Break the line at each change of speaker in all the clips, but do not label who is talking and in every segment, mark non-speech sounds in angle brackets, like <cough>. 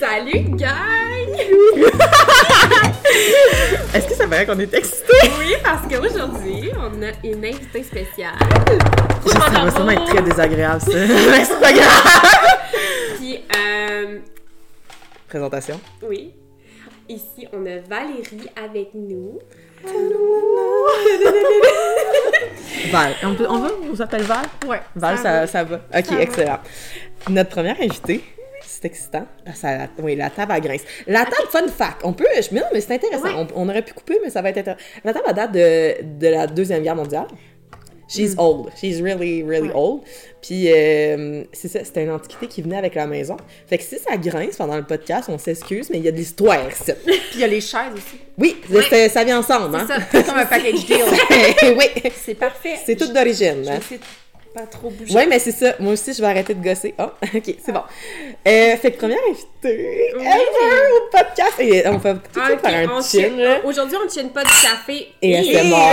Salut, gang!
Est-ce que ça paraît qu'on est
<laughs>
excités?
Oui, parce qu'aujourd'hui, on a une invitée spéciale.
Je sais, ça va sûrement être très désagréable, ça. <laughs> Mais c'est pas grave.
Puis, euh,
Présentation.
oui, ici, on a Valérie avec nous.
Val. On, peut, on va, on s'appelle Val?
Ouais.
Val, ça, ça va. Ok,
va.
excellent. Notre première invitée, c'est excitant. Ah, ça- la- oui, la table à grince. La table, fun fact. On peut. Je, mais non, mais c'est intéressant.
Ouais.
On, on aurait pu couper, mais ça va être intéressant. La table à date de, de la Deuxième Guerre mondiale. She's old. She's really, really
Mm. Ouais.
old. Puis, euh, c'est ça, c'était une antiquité qui venait avec la maison. Fait que si ça grince pendant le podcast, on s'excuse, mais il y a de l'histoire, ici.
Puis il y a les chaises aussi.
Oui,
Ouais.
c'est- ça vient ensemble, hein?
C'est ça.
<laughs> C'est comme un package deal.
<laughs> oui,
C'est parfait.
c'est tout d'origine.
Je
hein.
me suis pas trop bougé.
Oui, mais c'est ça. Moi aussi, je vais arrêter de gosser. Ah, <laughs> ok, c'est bon. Euh, fait que première invitée
Oui.
ever au podcast. Et euh, on va tout de
Ok,
suite faire
on
un chin,
chine-
là.
Aujourd'hui, on ne chine pas du café.
Et
Hi.
c'est mort.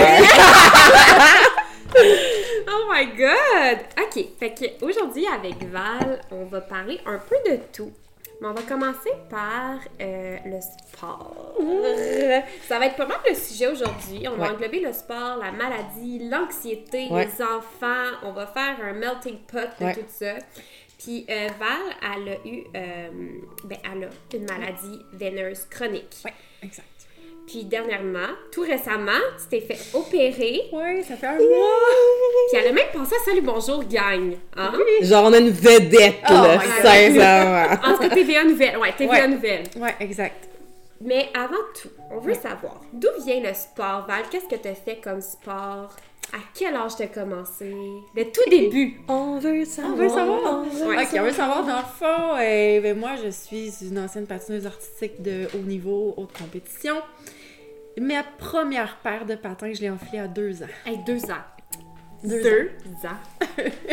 Oh my god! Ok, fait que aujourd'hui avec Val, on va parler un peu de tout. Mais on va commencer par euh, le sport. Ça va être pas mal le sujet aujourd'hui. On va
Ouais.
englober le sport, la maladie, l'anxiété,
Ouais.
les enfants. On va faire un melting pot de
Ouais.
tout ça. Puis euh, Val, elle a eu euh, ben, elle a une maladie veineuse chronique.
Exact.
Puis dernièrement, tout récemment, tu t'es fait opérer.
Oui, ça fait un mois.
Puis elle a même pensé à Salut Bonjour Gang. Hein?
Genre, on a une vedette,
Oh
là,
my God.
sincèrement.
En tout cas, TVA Nouvelle. Ouais, TVA
Ouais.
Nouvelle.
Oui, exact.
Mais avant tout, on veut savoir d'où vient le sport, Val? Qu'est-ce que tu fait comme sport? À quel âge t'as commencé? Le tout
<laughs>
début.
On veut
On veut savoir.
Ouais.
ok, on veut savoir dans le fond. euh, ben moi, je suis une ancienne patineuse artistique de haut niveau, haute compétition. Ma première paire de patins, je l'ai enfilée à deux ans.
Hey, deux ans.
Deux
ans.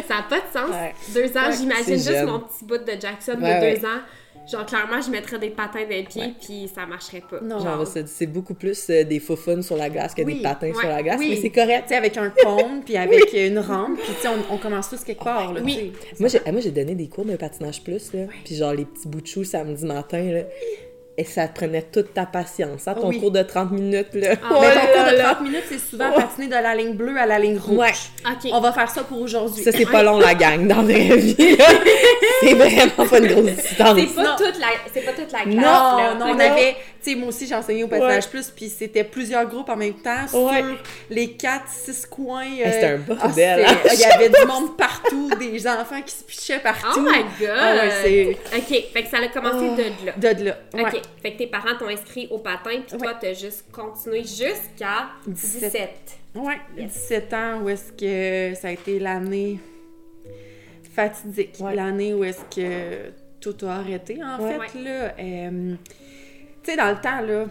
Ça n'a pas de sens.
Ouais.
Deux ans,
Ouais,
j'imagine
c'est
juste
jeune.
mon petit bout de Jackson
Ouais,
de
ouais.
deux ans. Genre, clairement, je mettrais des patins d'un pied,
Ouais.
puis ça marcherait pas.
Non.
Genre, c'est- c'est beaucoup plus euh, des foufounes sur la glace que
Oui,
des patins sur
ouais,
la glace,
oui.
mais c'est correct.
Tu sais, avec un cône, puis avec une rampe, puis tu sais, on, on commence tous quelque part. Là,
Oui.
tu sais.
Moi, j'ai, ah, moi, j'ai donné des cours de patinage plus, là. Puis genre, les petits bouts de chou samedi matin, là. Et ça te prenait toute ta patience, hein, ton
Oui.
cours de 30 minutes, là. <laughs>
Ah,
Oh
Mais ton
là
cours de
là. Oh.
30 minutes, c'est souvent patiner de la ligne bleue à la ligne rouge.
Ouais.
Ok.
On va faire ça pour aujourd'hui.
Ça, c'est pas long, la gang, dans la vraie vie, là. C'est vraiment pas une grosse distance.
C'est pas,
Non.
toute la... c'est pas toute la classe.
Non,
là.
non,
Ok.
on avait, tu sais, moi aussi j'ai enseigné au Patinage
Ouais.
Plus, puis c'était plusieurs groupes en même temps
Ouais.
sur les 4, 6 coins.
c'était un bordel,
ah, c'était-
hein.
<laughs> Il y avait du monde partout, <laughs> des enfants qui se pichaient
Oh
partout.
my god!
Ah ouais, c'est
Ok, fait que ça a commencé
Oh.
de là.
de de là. Ouais.
Ok, fait que tes parents t'ont inscrit au patin, puis toi, t'as juste continué jusqu'à 17.
17. Ouais, 17 ans, où est-ce que ça a été l'année fatidique,
Ouais.
l'année où est-ce que tout a arrêté, en
Ouais.
fait, là. Euh, tu sais, dans le temps, là,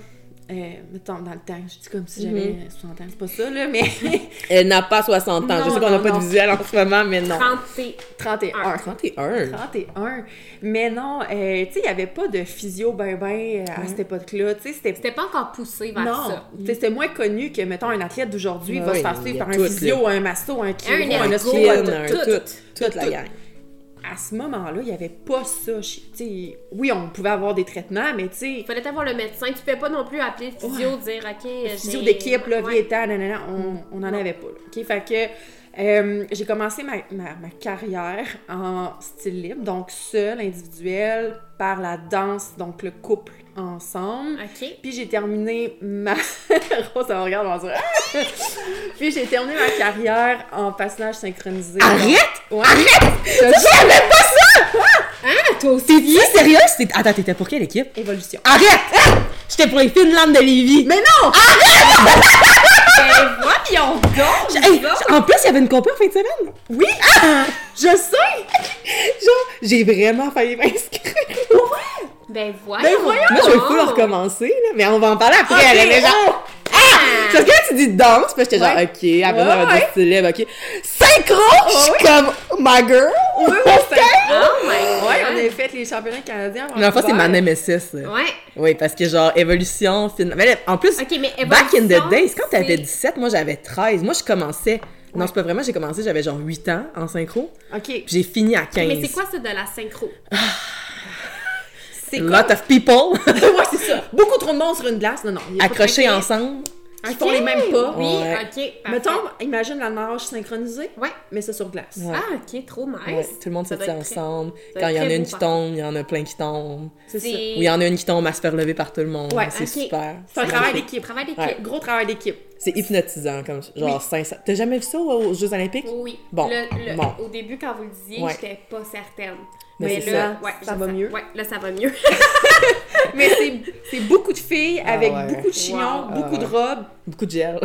euh, mettons, dans le temps, je dis comme si j'avais 60 ans, c'est pas ça, là, mais <laughs>
Elle n'a pas 60 ans. je
Non,
sais qu'on n'a
non,
pas
non.
de visuel en ce moment, mais non.
30
Ah,
31.
31.
Ah, 31. Mais non, euh, tu sais, il n'y avait pas de physio ben ben euh, à cette époque-là. Tu sais, c'était
C'était pas encore poussé vers
non,
ça.
tu sais, c'était moins connu que, mettons, un athlète d'aujourd'hui
Ouais,
va se
ouais,
faire
il
suivre
y a
par un
tout,
physio, un masto, un
Un
chiro, un
ergo,
osteo,
Clean,
tout,
hein,
tout,
tout,
tout.
toute la
tout.
gang.
À ce moment-là, il n'y avait pas ça. Je- tu sais, oui, on pouvait avoir des traitements, mais tu sais,
Il fallait avoir le médecin. Tu pouvais pas non plus appeler le physio, dire OK. euh, j'ai-
physio d'équipe, là,
Ouais.
vie étant, nanana, on n'en avait pas. là. OK, fait que euh, j'ai commencé ma, ma- ma carrière en style libre, donc seul, individuel, par la danse, donc le couple ensemble.
OK.
Puis j'ai terminé ma... <laughs> Rose, elle me regarde, elle va dire... Ah! <laughs> Puis j'ai terminé ma carrière en patinage synchronisé.
Arrête!
Ouais.
Tu savais pas ça!
Hein?
Ah, toi
T'es
aussi!
sérieux? C'était- Attends, t'étais pour quelle équipe?
Évolution.
Arrête! Ah! J'étais pour les Finlandes de Lévis.
Mais non!
Ben voyons donc!
Hey, en plus, il y avait une compo en fin de semaine.
Oui! Je sais!
Genre, j'ai vraiment failli m'inscrire.
Ben voyons!
Ben, Moi, je vais
Oh.
donc.
full recommencer, là, mais on va en parler après.
Ok,
elle est genre... Ah! C'est Parce que là, tu dis danse, puis j'étais genre,
Ouais.
ok, après ça, on va
Ouais.
dire célèbre, ok. Synchro! Je suis comme, my girl!
Oui, oui, c'est-
Oh my
Ouais, on
god!
avait fait les championnats canadiens.
La dernière fois, c'est ma
Vancouver.
nemesis. là.
Ouais.
Oui, parce que genre, évolution, fin... Mais là, en plus,
Ok, mais
back in
évolution,
the days, quand t'avais
c'est-
17, moi j'avais 13. Moi, je commençais... Non, c'est pas vraiment, j'ai commencé, j'avais genre 8 ans en synchro,
OK.
puis j'ai fini à 15.
Mais c'est quoi ça de la synchro?
C'est
Lot
comme- <laughs>
of people
ouais, c'est ça. Beaucoup trop de monde sur une glace. Non, non. il y a pas de
<laughs> accrochés
inquiet.
ensemble.
Ils font les mêmes pas.
Oui,
Ouais.
ok. parfait.
Mettons, imagine la nage synchronisée,
Ouais.
mais c'est sur glace.
Ouais.
Ah, ok, trop nice.
Ouais, tout le monde se
Ça doit
tient
être très-
ensemble.
doit
Quand
être
il y en a
très
une
beau
qui
par
tombe, il y en a plein qui tombent.
C'est ça.
C'est-
Ou il y en a une qui tombe, à se faire lever par tout le monde.
Ouais,
c'est
ok.
super.
C'est un
C'est
travail
magnifique.
d'équipe.
Travail d'équipe.
Ouais.
Gros travail d'équipe.
C'est hypnotisant, comme genre sincère. T'as jamais vu ça aux Jeux Olympiques?
Oui.
Bon,
Le- le-
bon.
Au début, quand vous le disiez,
Ouais.
j'étais pas certaine.
Mais c'est
là,
ça.
ouais,
Ça
je
va
sais.
mieux.
Ouais, là, ça va
<laughs>
mieux.
Mais c'est c'est beaucoup de filles
Ah
avec
ouais.
beaucoup de chignons,
Wow.
beaucoup
Ah
de robes,
Beaucoup de gel.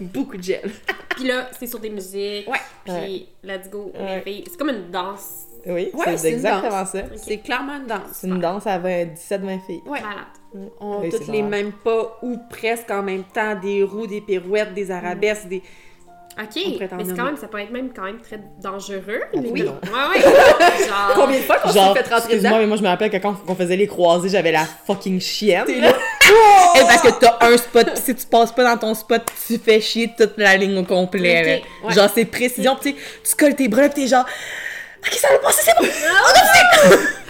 beaucoup de gel.
Puis là, c'est sur des musiques.
Ouais.
Puis
Ouais.
let's go,
Ouais.
les filles. C'est comme une danse
oui,
Ouais, c'est
c'est
une
exactement
danse.
ça.
C'est clairement une danse.
C'est une danse à 17-20 filles.
Ouais.
malade.
On
Oui,
toutes
c'est
les
marrant.
mêmes pas ou presque en même temps, des roues, des pirouettes, des arabesques, des.
Ok,
pourrait t'en
mais c'est
nommer. Ah,
quand même, ça peut être même quand même très dangereux. mais
oui.
<laughs>
Ouais, ouais. Genre,
Combien de fois qu'on s'est
Genre,
fait rentrer
excuse-moi,
dedans?
mais moi je me rappelle que quand on faisait les croisés, j'avais la fucking chienne. <laughs>
T'es
là. Eh, parce que t'as un spot, pis si tu passes pas dans ton spot, tu fais chier toute la ligne au complet.
Ok,
là.
ouais.
Genre, c'est précision, pis tu sais, tu colles tes bras, pis t'es genre, ok, ça va passer, c'est bon!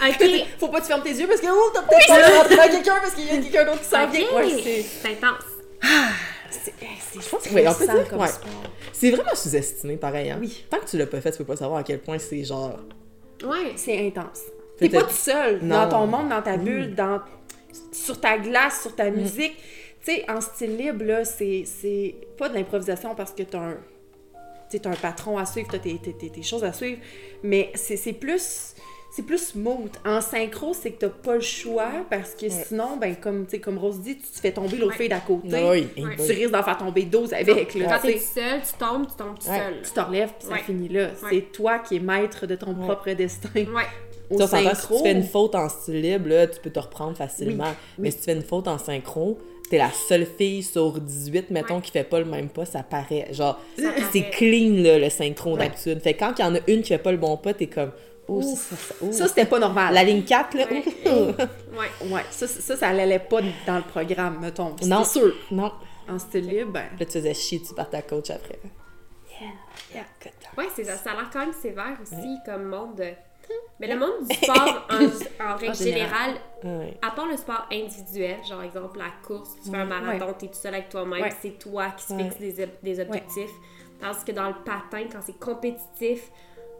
ok,
<laughs> Faut pas que tu fermes tes yeux parce que oh, t'as peut-être pas rentrer dans quelqu'un parce qu'il y a quelqu'un d'autre qui s'en vient.
ok.
Ouais, c'est.
c'est intense.
C'est. eh, c'est-
Je pense que oui, on peut
puissant
dire,
comme
ouais.
sport.
C'est vraiment sous-estimé, pareil. Hein?
Oui.
Tant que tu l'as pas fait, tu peux pas savoir à quel point c'est genre.
Ouais.
C'est intense. T'es pas
Peut-être-
tout seul
Non. Mm.
dans ton monde, dans ta bulle, dans sur ta glace, sur ta musique. Tu sais, en style libre, là, c'est c'est pas de l'improvisation parce que t'as un, tu sais, t'as un patron à suivre, t'as tes, tes- tes- tes choses à suivre, mais c'est c'est plus... C'est plus smooth. En synchro, c'est que t'as pas le choix parce que sinon, ben comme, tu sais, comme Rose dit, tu te fais tomber l'autre
Ouais.
fille d'à côté.
Oui, eh
Ouais.
boy.
Tu risques d'en faire tomber 12 avec. Là,
Quand
tu sais.
t'es tout seul, tu tombes, tu tombes tout
Ouais.
seul.
Tu te relèves puis ça
Ouais.
finit là.
Ouais.
C'est toi qui es maître de ton propre destin.
Ouais.
Tu
Au
sais, on s'entend, si
synchro,
tu fais une faute en style libre, là, tu peux te reprendre facilement. Mais si tu fais une faute en synchro, t'es la seule fille sur 18, mettons,
Ouais.
qui fait pas le même pas, ça paraît. Genre,
Ça
c'est
paraît.
clean, là, le synchro d'habitude. Fait que quand il y en a une qui fait pas le bon pas, t'es comme, oh, ça, ça, ça, ouh.
ça, c'était pas normal.
La ligne 4, là,
Ouais.
<laughs> ouh.
Ouais.
Ouais, ça, c- ça, ça l'allait pas dans le programme, mettons.
Non.
Non. C'est sûr.
Non.
En style libre, ben,
Là, tu faisais chier, tu partais à coach après. Yeah, yeah,
Ouais, c'est ça. Ça a l'air quand même sévère aussi, comme monde. de- Mais le monde du sport, en, en règle
En
générale,
général.
Ouais.
à part le sport individuel, genre exemple la course, tu fais un marathon, t'es tout seul avec toi-même,
Ouais.
c'est toi qui se
Ouais.
fixe des, ob- des objectifs. Tandis que dans le patin, quand c'est compétitif,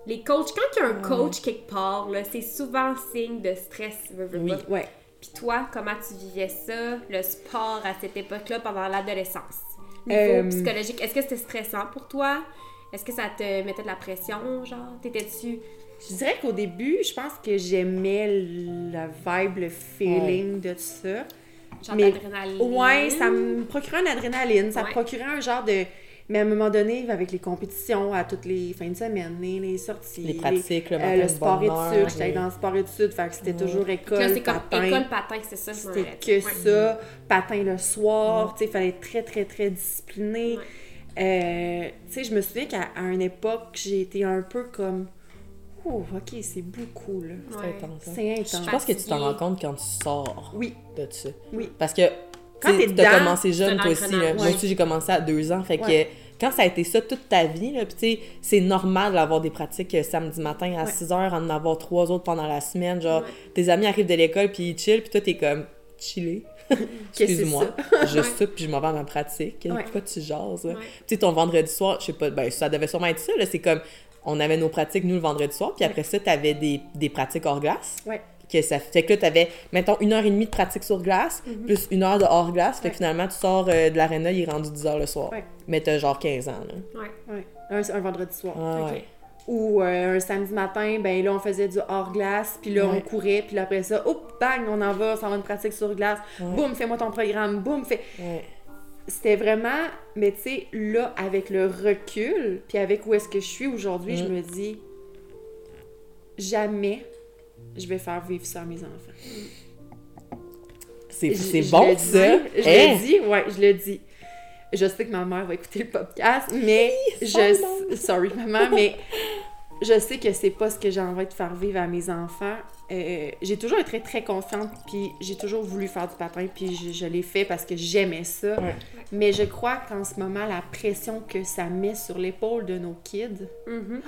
les coachs, quand il y a un coach quelque part, là, c'est souvent signe de stress, veux, veux
Oui.
pas.
ouais.
Puis toi, comment tu vivais ça, le sport à cette époque-là pendant l'adolescence? Niveau
Euh,
psychologique, est-ce que c'était stressant pour toi? Est-ce que ça te mettait de la pression, genre? T'étais-tu...
Je dirais qu'au début, je pense que j'aimais la vibe, le feeling de ça.
Genre d'adrénaline.
Ouais, ça me procurait une adrénaline, ça me
Ouais.
procurait un genre de... Mais à un moment donné, avec les compétitions, à toutes les fins de semaine, les, les sorties...
Les pratiques, le
euh,
matin,
le
le bonheur,
sport-études, j'étais
les-
dans le sport-études, fait que c'était toujours école,
Là, c'est comme
patin.
école patin, c'est ça, je m'en
C'était
rappelle.
que
Ouais.
ça, patin le soir, tu sais, fallait être très, très, très discipliné. Euh, tu sais, je me souviens qu'à à une époque, j'ai été un peu comme, oh, ok, c'est beaucoup, là.
C'est
Ouais.
intense. hein.
Ah, C'est intense.
Je pense que tu t'en
Fatigué.
rends compte quand tu sors.
Oui,
de ça.
Oui.
Parce que quand
Quand t'es
tu as
dedans,
commencé
c'est
jeune,
un
toi aussi.
engrenage.
là. Moi
Ouais.
aussi, j'ai commencé à deux ans. Fait que
Ouais.
quand ça a été ça toute ta vie, là, puis tu sais, c'est normal d'avoir des pratiques euh, samedi matin à
Ouais.
6 h, en avoir trois autres pendant la semaine. Genre,
Ouais.
tes amis arrivent de l'école, puis ils chillent, puis toi, t'es comme <laughs> chillé.
que c'est
Excuse-moi,
ça.
je
Ouais.
soupe puis je m'en vais à ma pratique.
Ouais.
Pourquoi tu jases? là?
Ouais.
Tu sais, ton vendredi soir, je sais pas, ben ça devait sûrement être ça, là. C'est comme, on avait nos pratiques, nous, le vendredi soir, puis après ça, t'avais des, des pratiques hors glace
Ouais.
que ça fait que là, t'avais, mettons, une heure et demie de pratique sur glace, plus une heure de hors glace. Fait que
Mhm. Ouais.
finalement, tu sors euh, de l'aréna, il est rendu 10 heures le soir.
Ouais.
Mais t'as genre 15 ans, là.
Ouais.
Ouais. Un, un vendredi soir.
Ah,
Ok.
ouais.
Ou euh, un samedi matin, ben là, on faisait du hors-glace, puis là,
Ouais.
on courait, puis là, après ça, hop, bang, on en va, ça va une pratique sur glace, boum, fais-moi ton programme, boum, fais...
Ouais.
c'était vraiment, mais tu sais, là, avec le recul, puis avec où est-ce que je suis aujourd'hui, je
Mm.
me dis, jamais je vais faire vivre ça à mes enfants.
C'est,
Je-
c'est
je
bon,
le
ça! Hein?
dis, je
Hey!
le dis, ouais, je le dis. Je sais que ma mère va écouter le podcast, mais je. Sorry, maman, mais je sais que c'est pas ce que j'ai envie de faire vivre à mes enfants. Euh, j'ai toujours été très confiante, puis j'ai toujours voulu faire du patin, puis je, je l'ai fait parce que j'aimais ça.
Ouais.
Mais je crois qu'en ce moment, la pression que ça met sur l'épaule de nos kids.
Mhm.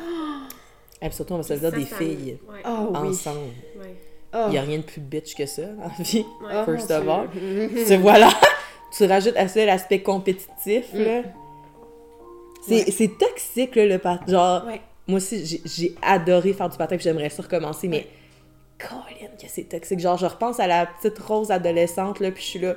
Et puis surtout, on va se le dire
Ça,
des
ça-
filles
Ouais.
Oh oui.
ensemble.
ouais.
Ah.
Ah Il y a rien de plus bitch que ça en vie. <laughs>
Ah,
first
mon
of
Dieu.
all.
<laughs>
C'est voilà. <laughs> tu rajoutes à ça l'aspect compétitif,
Mm.
là. C'est c'est toxique, là, le patin. Genre,
Ouais.
moi aussi, j'ai- j'ai adoré faire du patin, puis j'aimerais ça recommencer, mais Colin, que c'est toxique. Genre, je repense à la petite rose adolescente, là, puis je suis là.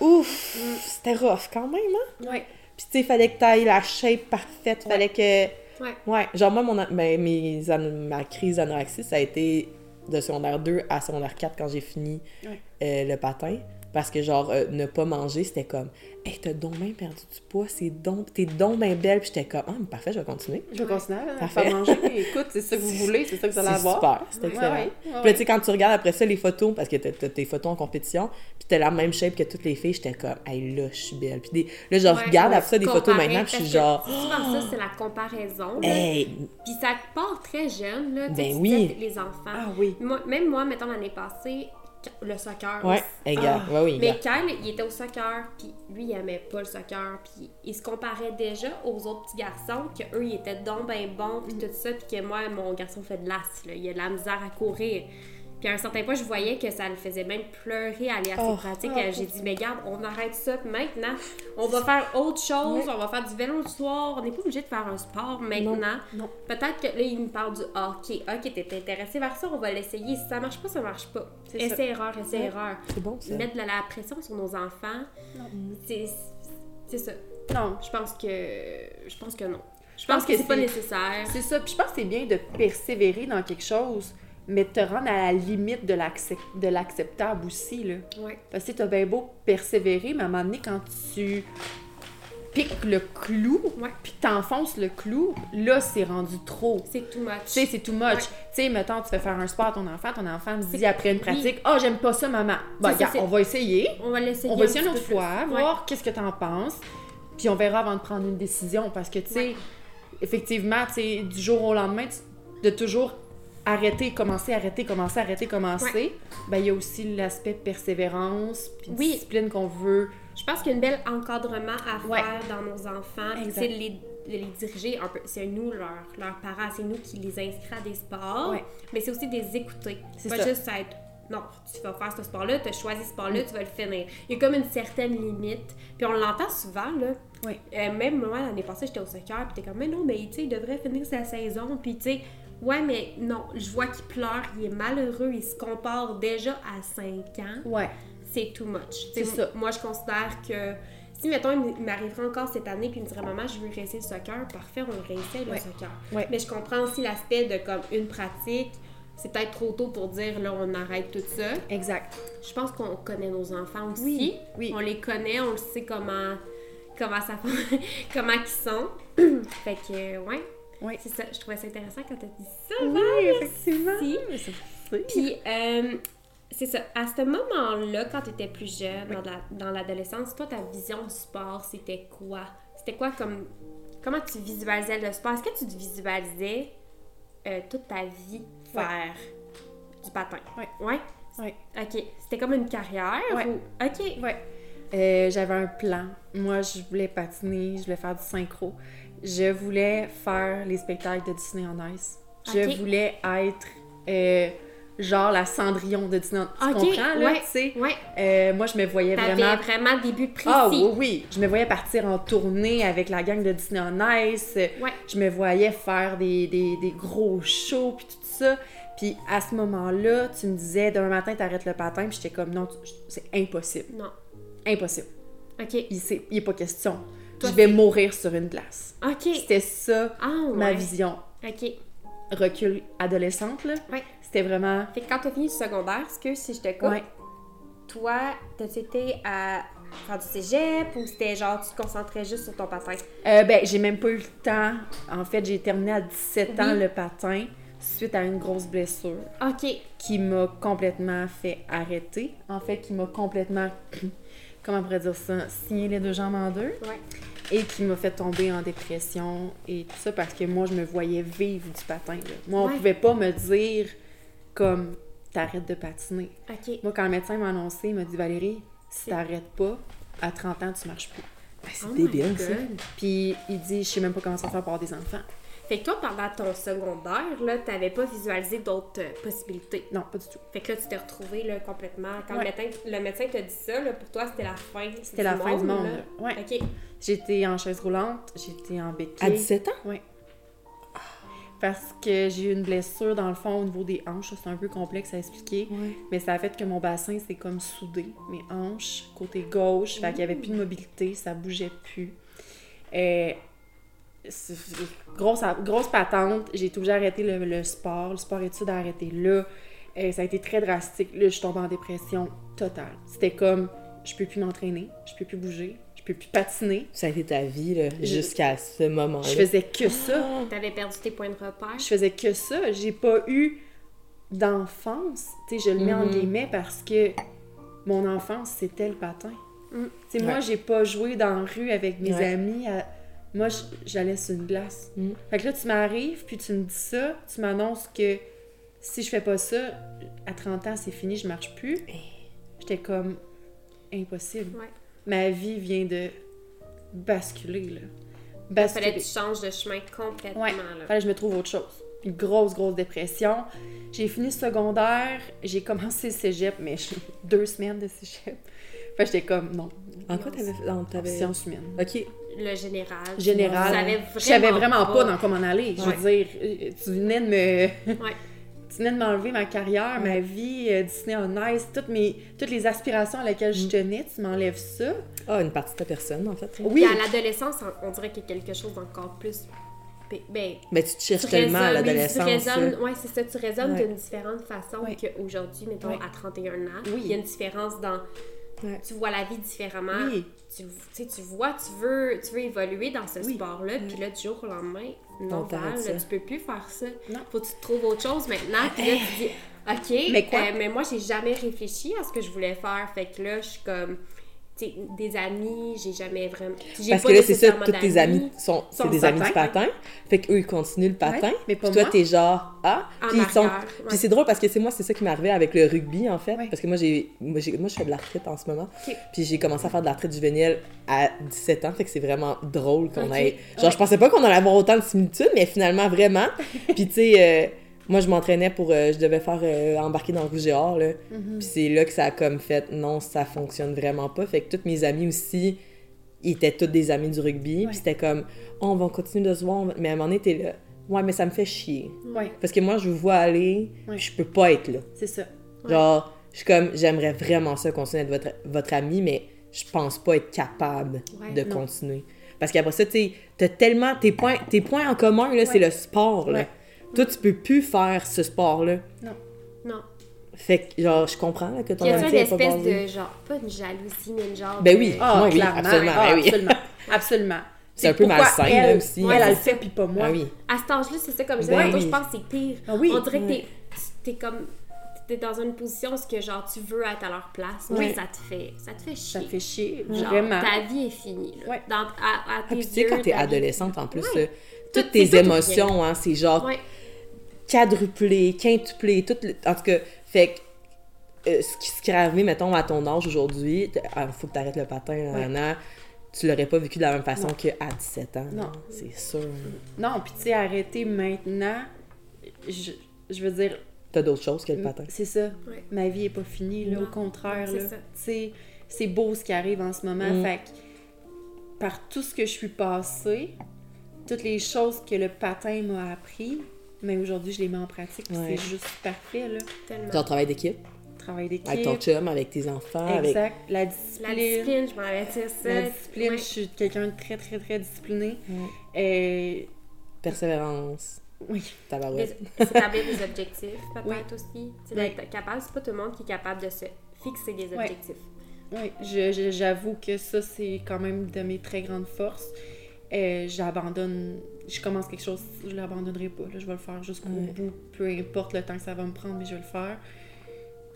Ouf, c'était rough quand même, hein?
Ouais.
Puis, tu sais, fallait que t'ailles la shape parfaite, fallait que.
Ouais.
Ouais. Genre, moi, mon, an- mes- mes an- ma crise d'anorexie, ça a été de secondaire 2 à secondaire 4 quand j'ai fini
Ouais.
euh, le patin. Parce que, genre, euh, ne pas manger, c'était comme, hey, t'as donc bien perdu du poids, c'est donc, t'es donc bien belle. Puis j'étais comme, ah, mais parfait, je vais continuer.
Je vais continuer à
Parfait.
faire manger. Écoute, c'est ça que vous voulez, c'est ça que
<laughs>
vous
C'est
allez avoir.
super, c'est excellent.
Ouais, ouais, ouais,
Puis là, tu sais, quand tu regardes après ça les photos, parce que t'as t'as tes photos en compétition, puis t'as la même shape que toutes les filles, j'étais comme, hey, là, je suis belle. Puis des- là, je
Ouais,
regarde
ouais,
après ça des photos
comparer,
maintenant, puis je suis
parce
genre,
que Souvent, ça, c'est la comparaison. là.
hey,
Puis ça part très jeune, là. tu sais,
Ben
tu
oui.
sais, Les enfants.
Ah oui.
Moi- même moi, mettons, l'année passée, qu- le soccer.
ouais, hey, gars, ouais, oui,
Mais
gars.
Kyle, il était au soccer, puis lui, il aimait pas le soccer, puis il se comparait déjà aux autres petits garçons, que eux, ils étaient donc ben bons,
Mm.
puis tout ça, puis que moi, mon garçon fait de l'as, là, il a de la misère à courir. Puis à un certain point, je voyais que ça le faisait même pleurer aller à ses
Oh.
pratiques. J'ai dit, mais garde, on arrête ça maintenant. On va faire autre chose. On va faire du vélo le soir. On n'est pas obligé de faire un sport maintenant.
non.
Peut-être que là, il me parle du hockey. Ok, t'es intéressé vers ça. On va l'essayer. Si ça marche pas, ça marche pas.
C'est ça.
Essai-erreur, essai-erreur
C'est bon, ça.
mettre de la pression sur nos enfants. C'est c'est ça.
Non,
Je pense que je pense que non. Je
pense
pense que
que
c'est pas
c'est-
nécessaire.
C'est ça. Puis je pense que c'est bien de persévérer dans quelque chose, mais de te rendre à la limite de l'accep- de l'acceptable aussi. Là.
Ouais.
Parce que tu as bien beau persévérer, mais à un moment donné, quand tu piques le clou,
Ouais.
puis t'enfonces le clou, là, c'est rendu trop.
C'est too much.
Tu sais, c'est too much.
Ouais.
Tu sais, mettons, tu fais faire un sport à ton enfant, ton enfant me dit
C'est-
après une
oui.
pratique, « Oh, j'aime pas ça, maman! »
C'est
Ben,
ça,
regarde,
c'est-
on va essayer.
On va l'essayer.
On va
un
essayer une
petit
autre
peu
fois,
plus.
voir qu'est-ce que t'en penses, puis on verra avant de prendre une décision. Parce que, tu sais,
Ouais.
effectivement, tu sais, du jour au lendemain, tu- de toujours arrêter, commencer, arrêter, commencer, arrêter, commencer, ben il y a aussi l'aspect persévérance, puis
Oui.
discipline qu'on veut.
Ouais. Je pense qu'il y a une belle encadrement à
Ouais.
faire dans nos enfants. Puis
Exact.
C'est de les, de les diriger un peu. C'est nous, leurs leurs parents, c'est nous qui les inscrivons à des sports.
Ouais.
Mais c'est aussi des écouter. C'est
C'est
pas
ça.
juste être. Non, tu vas faire ce sport-là, tu as choisi ce sport-là, tu vas le finir. Il y a comme une certaine limite. Puis on l'entend souvent, là.
Oui.
Euh, même moi, l'année passée, j'étais au soccer, puis t'es comme, mais non, mais tu sais, il devrait finir sa saison, puis tu sais, ouais, mais non, je vois qu'il pleure, il est malheureux, il se compare déjà à 5 ans,
Ouais.
c'est too much.
C'est
Tu sais,
ça.
Moi, je considère que si, mettons, il m- il m'arriverait encore cette année, puis il me dirait, maman, je veux réessayer le soccer, parfait, on réessaye le
Ouais.
soccer.
Ouais.
Mais je comprends aussi l'aspect de comme une pratique, c'est peut-être trop tôt pour dire, là, on arrête tout ça.
Exact.
Je pense qu'on connaît nos enfants aussi.
Oui, oui.
On les connaît, on le sait comment, comment ça <laughs> comment ils sont. <clears throat> fait que, ouais.
Oui.
C'est ça, je trouvais ça intéressant quand t'as dit ça.
Oui, effectivement.
Merci.
Mais ça fait plaisir.
Puis, euh, c'est ça, à ce moment-là, quand t'étais plus jeune, dans la- dans l'adolescence, toi, ta vision du sport, c'était quoi? C'était quoi comme... Comment tu visualisais le sport? Est-ce que tu te visualisais euh, toute ta vie
Ouais.
faire du patin?
Ouais.
Ouais?
Ouais.
OK. C'était comme une carrière?
Ouais.
ou- OK.
Ouais. Euh, J'avais un plan. Moi, je voulais patiner, je voulais faire du synchro. Je voulais faire les spectacles de Disney en Ice. Je
Ok.
voulais être euh, genre la Cendrillon de Disney en Tu
Ok,
comprends, là?
ouais,
tu sais?
Ouais.
Euh, moi, je me voyais
T'avais
vraiment...
vraiment des buts précis.
Ah oui, oui! Je me voyais partir en tournée avec la gang de Disney en Ice.
Ouais.
Je me voyais faire des, des- des gros shows, puis tout ça. Puis à ce moment-là, tu me disais, demain matin, t'arrêtes le patin. Puis j'étais comme, non, tu- c'est impossible.
Non.
Impossible
OK.
il n'est pas question.
Toi,
je vais
c'est-
mourir sur une glace.
OK.
C'était ça,
Ah ouais.
ma vision.
OK.
Recul adolescente, là.
Ouais.
C'était vraiment...
Fait que quand t'as fini le secondaire, est-ce que si je te coupe,
Ouais.
toi, t'as-tu été à faire du cégep ou c'était genre tu te concentrais juste sur ton patin?
Euh, ben, j'ai même pas eu le temps. En fait, j'ai terminé à 17 ans
Oui.
le patin suite à une grosse blessure
OK.
qui m'a complètement fait arrêter. En fait, qui m'a complètement... <clears throat> Comment on pourrait dire ça? Signé les deux jambes en deux.
Ouais.
et qui m'a fait tomber en dépression et tout ça parce que moi, je me voyais vivre du patin. là. Moi, on
Ouais.
pouvait pas me dire comme t'arrêtes de patiner.
OK.
Moi, quand le médecin m'a annoncé, il m'a dit Valérie, si
C'est-
t'arrêtes pas, à 30 ans, tu marches plus.
Ben, c'est
Oh my
débile,
God.
ça.
Puis il dit Je sais même pas comment ça faire pour avoir des enfants.
Fait que toi, pendant ton secondaire, là, t'avais pas visualisé d'autres euh, possibilités.
Non, pas du tout.
Fait que là, tu t'es retrouvé là, complètement. Quand
Ouais.
le, médecin, le médecin t'a dit ça, là, pour toi, c'était la fin.
C'était la fin du monde. là. Ouais.
là. Ok.
J'étais en chaise roulante, j'étais en béquille.
À 17 ans?
Oui. Parce que j'ai eu une blessure dans le fond au niveau des hanches, ça, c'est un peu complexe à expliquer,
Ouais.
mais ça a fait que mon bassin s'est comme soudé, mes hanches, côté gauche, fait qu'il n'y avait plus de mobilité, ça bougeait plus. Euh, c'est- grosse, grosse patente, j'ai été obligée d'arrêter le, le sport, le sport études à arrêter là. Euh, ça a été très drastique. Là, je suis tombée en dépression totale. C'était comme, je peux plus m'entraîner, je peux plus bouger, je peux plus patiner.
Ça a été ta vie, là,
Je-
jusqu'à ce moment-là.
Je faisais que ça.
T'avais perdu tes points de repère.
Je faisais que ça. J'ai pas eu d'enfance. Tu sais, je le mets en
Mhm.
guillemets parce que mon enfance, c'était le patin.
Mm.
Tu sais, moi,
Ouais.
j'ai pas joué dans la rue avec mes
Ouais.
amis. à- Moi, j- j'allais sur une glace.
Mm.
Fait que là, tu m'arrives, puis tu me dis ça, tu m'annonces que si je fais pas ça, à 30 ans, c'est fini, je marche plus.
Eh.
J'étais comme impossible.
Ouais.
Ma vie vient de basculer, là.
Fallait
Basculer.
que tu changes de chemin complètement.
Ouais.
Là.
Fallait que je me trouve autre chose. Une grosse, grosse dépression. J'ai fini le secondaire, j'ai commencé le cégep, mais j'ai deux semaines de cégep. Fait que j'étais comme, non,
En quoi t'avais... non, t'avais-
sciences humaines.
Ok.
Le général.
Général.
Tu savais
Je savais
vraiment
vraiment
pas.
pas dans comment aller. Je veux dire, euh, tu venais de me... <laughs>
Ouais.
Tu venais de m'enlever ma carrière, ma vie, euh, Disney on Ice, toutes, mes, toutes les aspirations à laquelle
Mm.
je tenais, tu m'enlèves ça.
Ah, une partie de ta personne, en fait. hein.
Oui,
Puis à l'adolescence, on- on dirait qu'il y a quelque chose d'encore plus. p- Ben,
Mais tu te cherches
tu
tellement à
raisonnes-
l'adolescence.
tu raisonnes-
là.
ouais, c'est ça, tu raisonnes
Ouais.
d'une différente façon
Ouais.
qu'aujourd'hui, mettons,
Ouais.
à 31 ans.
Oui.
Il y a une différence dans.
Ouais.
Tu vois la vie différemment.
oui.
Tu, tu sais, tu vois, tu veux, tu veux évoluer dans ce
Oui.
sport-là, puis là, du jour au lendemain, non,
Non, Mm. t'arrêtes
Val,
ça.
là, tu peux plus faire ça.
Non.
Faut que tu te trouves autre chose maintenant. Puis là, tu
<laughs>
dis, OK,
Mais quoi?
euh, mais moi, j'ai jamais réfléchi à ce que je voulais faire. Fait que là, je suis comme, tu sais, des amis, j'ai jamais vraiment. j'ai
Parce
pas
que là, c'est ça,
nécessairement
tous tes
d'amis.
amis sont, c'est
Sont
des amis du
patins,
patin. Fait qu'eux, ils continuent le patin.
Ouais, mais pas
puis toi,
moi.
t'es genre, ah.
En
Puis, ils sont-
arrière, ouais.
puis c'est drôle parce que c'est moi, c'est ça qui m'arrivait avec le rugby, en fait.
Ouais.
Parce que moi, j'ai, moi, j'ai- moi, je fais de la retraite en ce moment.
Ok.
Puis j'ai commencé à faire de la retraite juvénile à 17 ans. Fait que c'est vraiment drôle qu'on
Ok.
ait. Genre, je pensais pas qu'on allait avoir autant de similitudes, mais finalement,
<laughs>
vraiment. puis tu sais. euh, moi, je m'entraînais pour. euh, je devais faire euh, embarquer dans Rouge et Or, là.
Mhm.
Puis c'est là que ça a comme fait non, ça fonctionne vraiment pas. Fait que toutes mes amies aussi, ils étaient toutes des amies du rugby.
Ouais.
Puis c'était comme, Oh, on va continuer de se voir. on va- Mais à un moment donné, t'es là. Ouais, mais ça me fait chier.
Ouais,
Parce que moi, je vous vois aller,
Ouais.
je peux pas être là.
c'est ça.
Ouais.
Genre, je suis comme, j'aimerais vraiment ça continuer à être votre, votre amie, mais je pense pas être capable
Ouais,
de
non.
continuer. Parce qu'après ça, tu sais, t'as tellement. Tes points, tes points en commun, là, c'est le sport, là.
Ouais.
Toi, tu peux plus faire ce sport-là.
Non.
Fait que, genre, je comprends là, que ton
Il y a
amitié
une
est pas
espèce
basée.
de genre, pas une jalousie, mais une genre.
Ben
de-
oui.
Ah,
Moi, oui,
clairement.
absolument,
Ah,
ben oui.
absolument. Absolument.
<laughs> C'est un peu
pourquoi
malsain, là,
elle,
aussi. hein.
moi, elle, elle
Ouais.
le fait, puis pas moi.
Ah oui.
À cet âge-là, c'est ça, comme je disais,
Ben
tantôt,
oui.
je pense que c'est pire.
Ah oui.
On dirait que t'es, t'es comme. T'es dans une position où ce que, genre, tu veux être à leur place, mais
Oui.
ça te fait, ça te fait
Ça
chier.
me fait chier,
Genre,
vraiment.
ta vie est finie. là.
Ouais.
Dans, à, à
Ah,
tes
puis tu sais,
yeux,
quand t'es
ta vie-
adolescente, en plus,
Ouais.
là,
Tout-
toutes
c'est
tes
ça qui
émotions, hein, c'est genre
Ouais.
quadruplé, quintuplé, tout le- en tout cas, fait que, euh, ce qui ce qui est arrivé, mettons, à ton âge aujourd'hui, t- ah, faut que t'arrêtes le patin, là,
Ouais.
nanana, tu l'aurais pas vécu de la même façon
Non.
qu'à 17 ans.
Non.
C'est sûr.
Non, puis tu sais, arrêter maintenant, je, je veux dire,
T'as d'autres choses que le patin.
c'est ça.
Ouais.
Ma vie est pas finie, là,
Non,
au contraire.
c'est
là.
ça.
Tu sais, c'est beau ce qui arrive en ce moment.
Mm.
Fait que par tout ce que je suis passée, toutes les choses que le patin m'a appris, mais aujourd'hui, je les mets en pratique, puis
Ouais.
c'est juste parfait, là.
Tellement.
Genre travail d'équipe,
Travail d'équipe,
avec ton chum, avec tes enfants, avec...
exact, la
La
discipline.
discipline, je m'en vais dire ça.
La discipline,
Ouais.
je suis quelqu'un de très, très, très discipliné.
Ouais.
Et...
persévérance,
Oui,
Mais
tabarouette.
S'établir des objectifs, peut-être
Oui.
aussi. Tu sais,
Oui.
d'être capable, c'est pas tout le monde qui est capable de se fixer des
Ouais.
objectifs.
oui. je- je- j'avoue que ça, c'est quand même de mes très grandes forces. Euh, j'abandonne, je commence quelque chose, je l'abandonnerai pas. là. je vais le faire jusqu'au
Ouais.
bout, peu importe le temps que ça va me prendre, mais je vais le faire.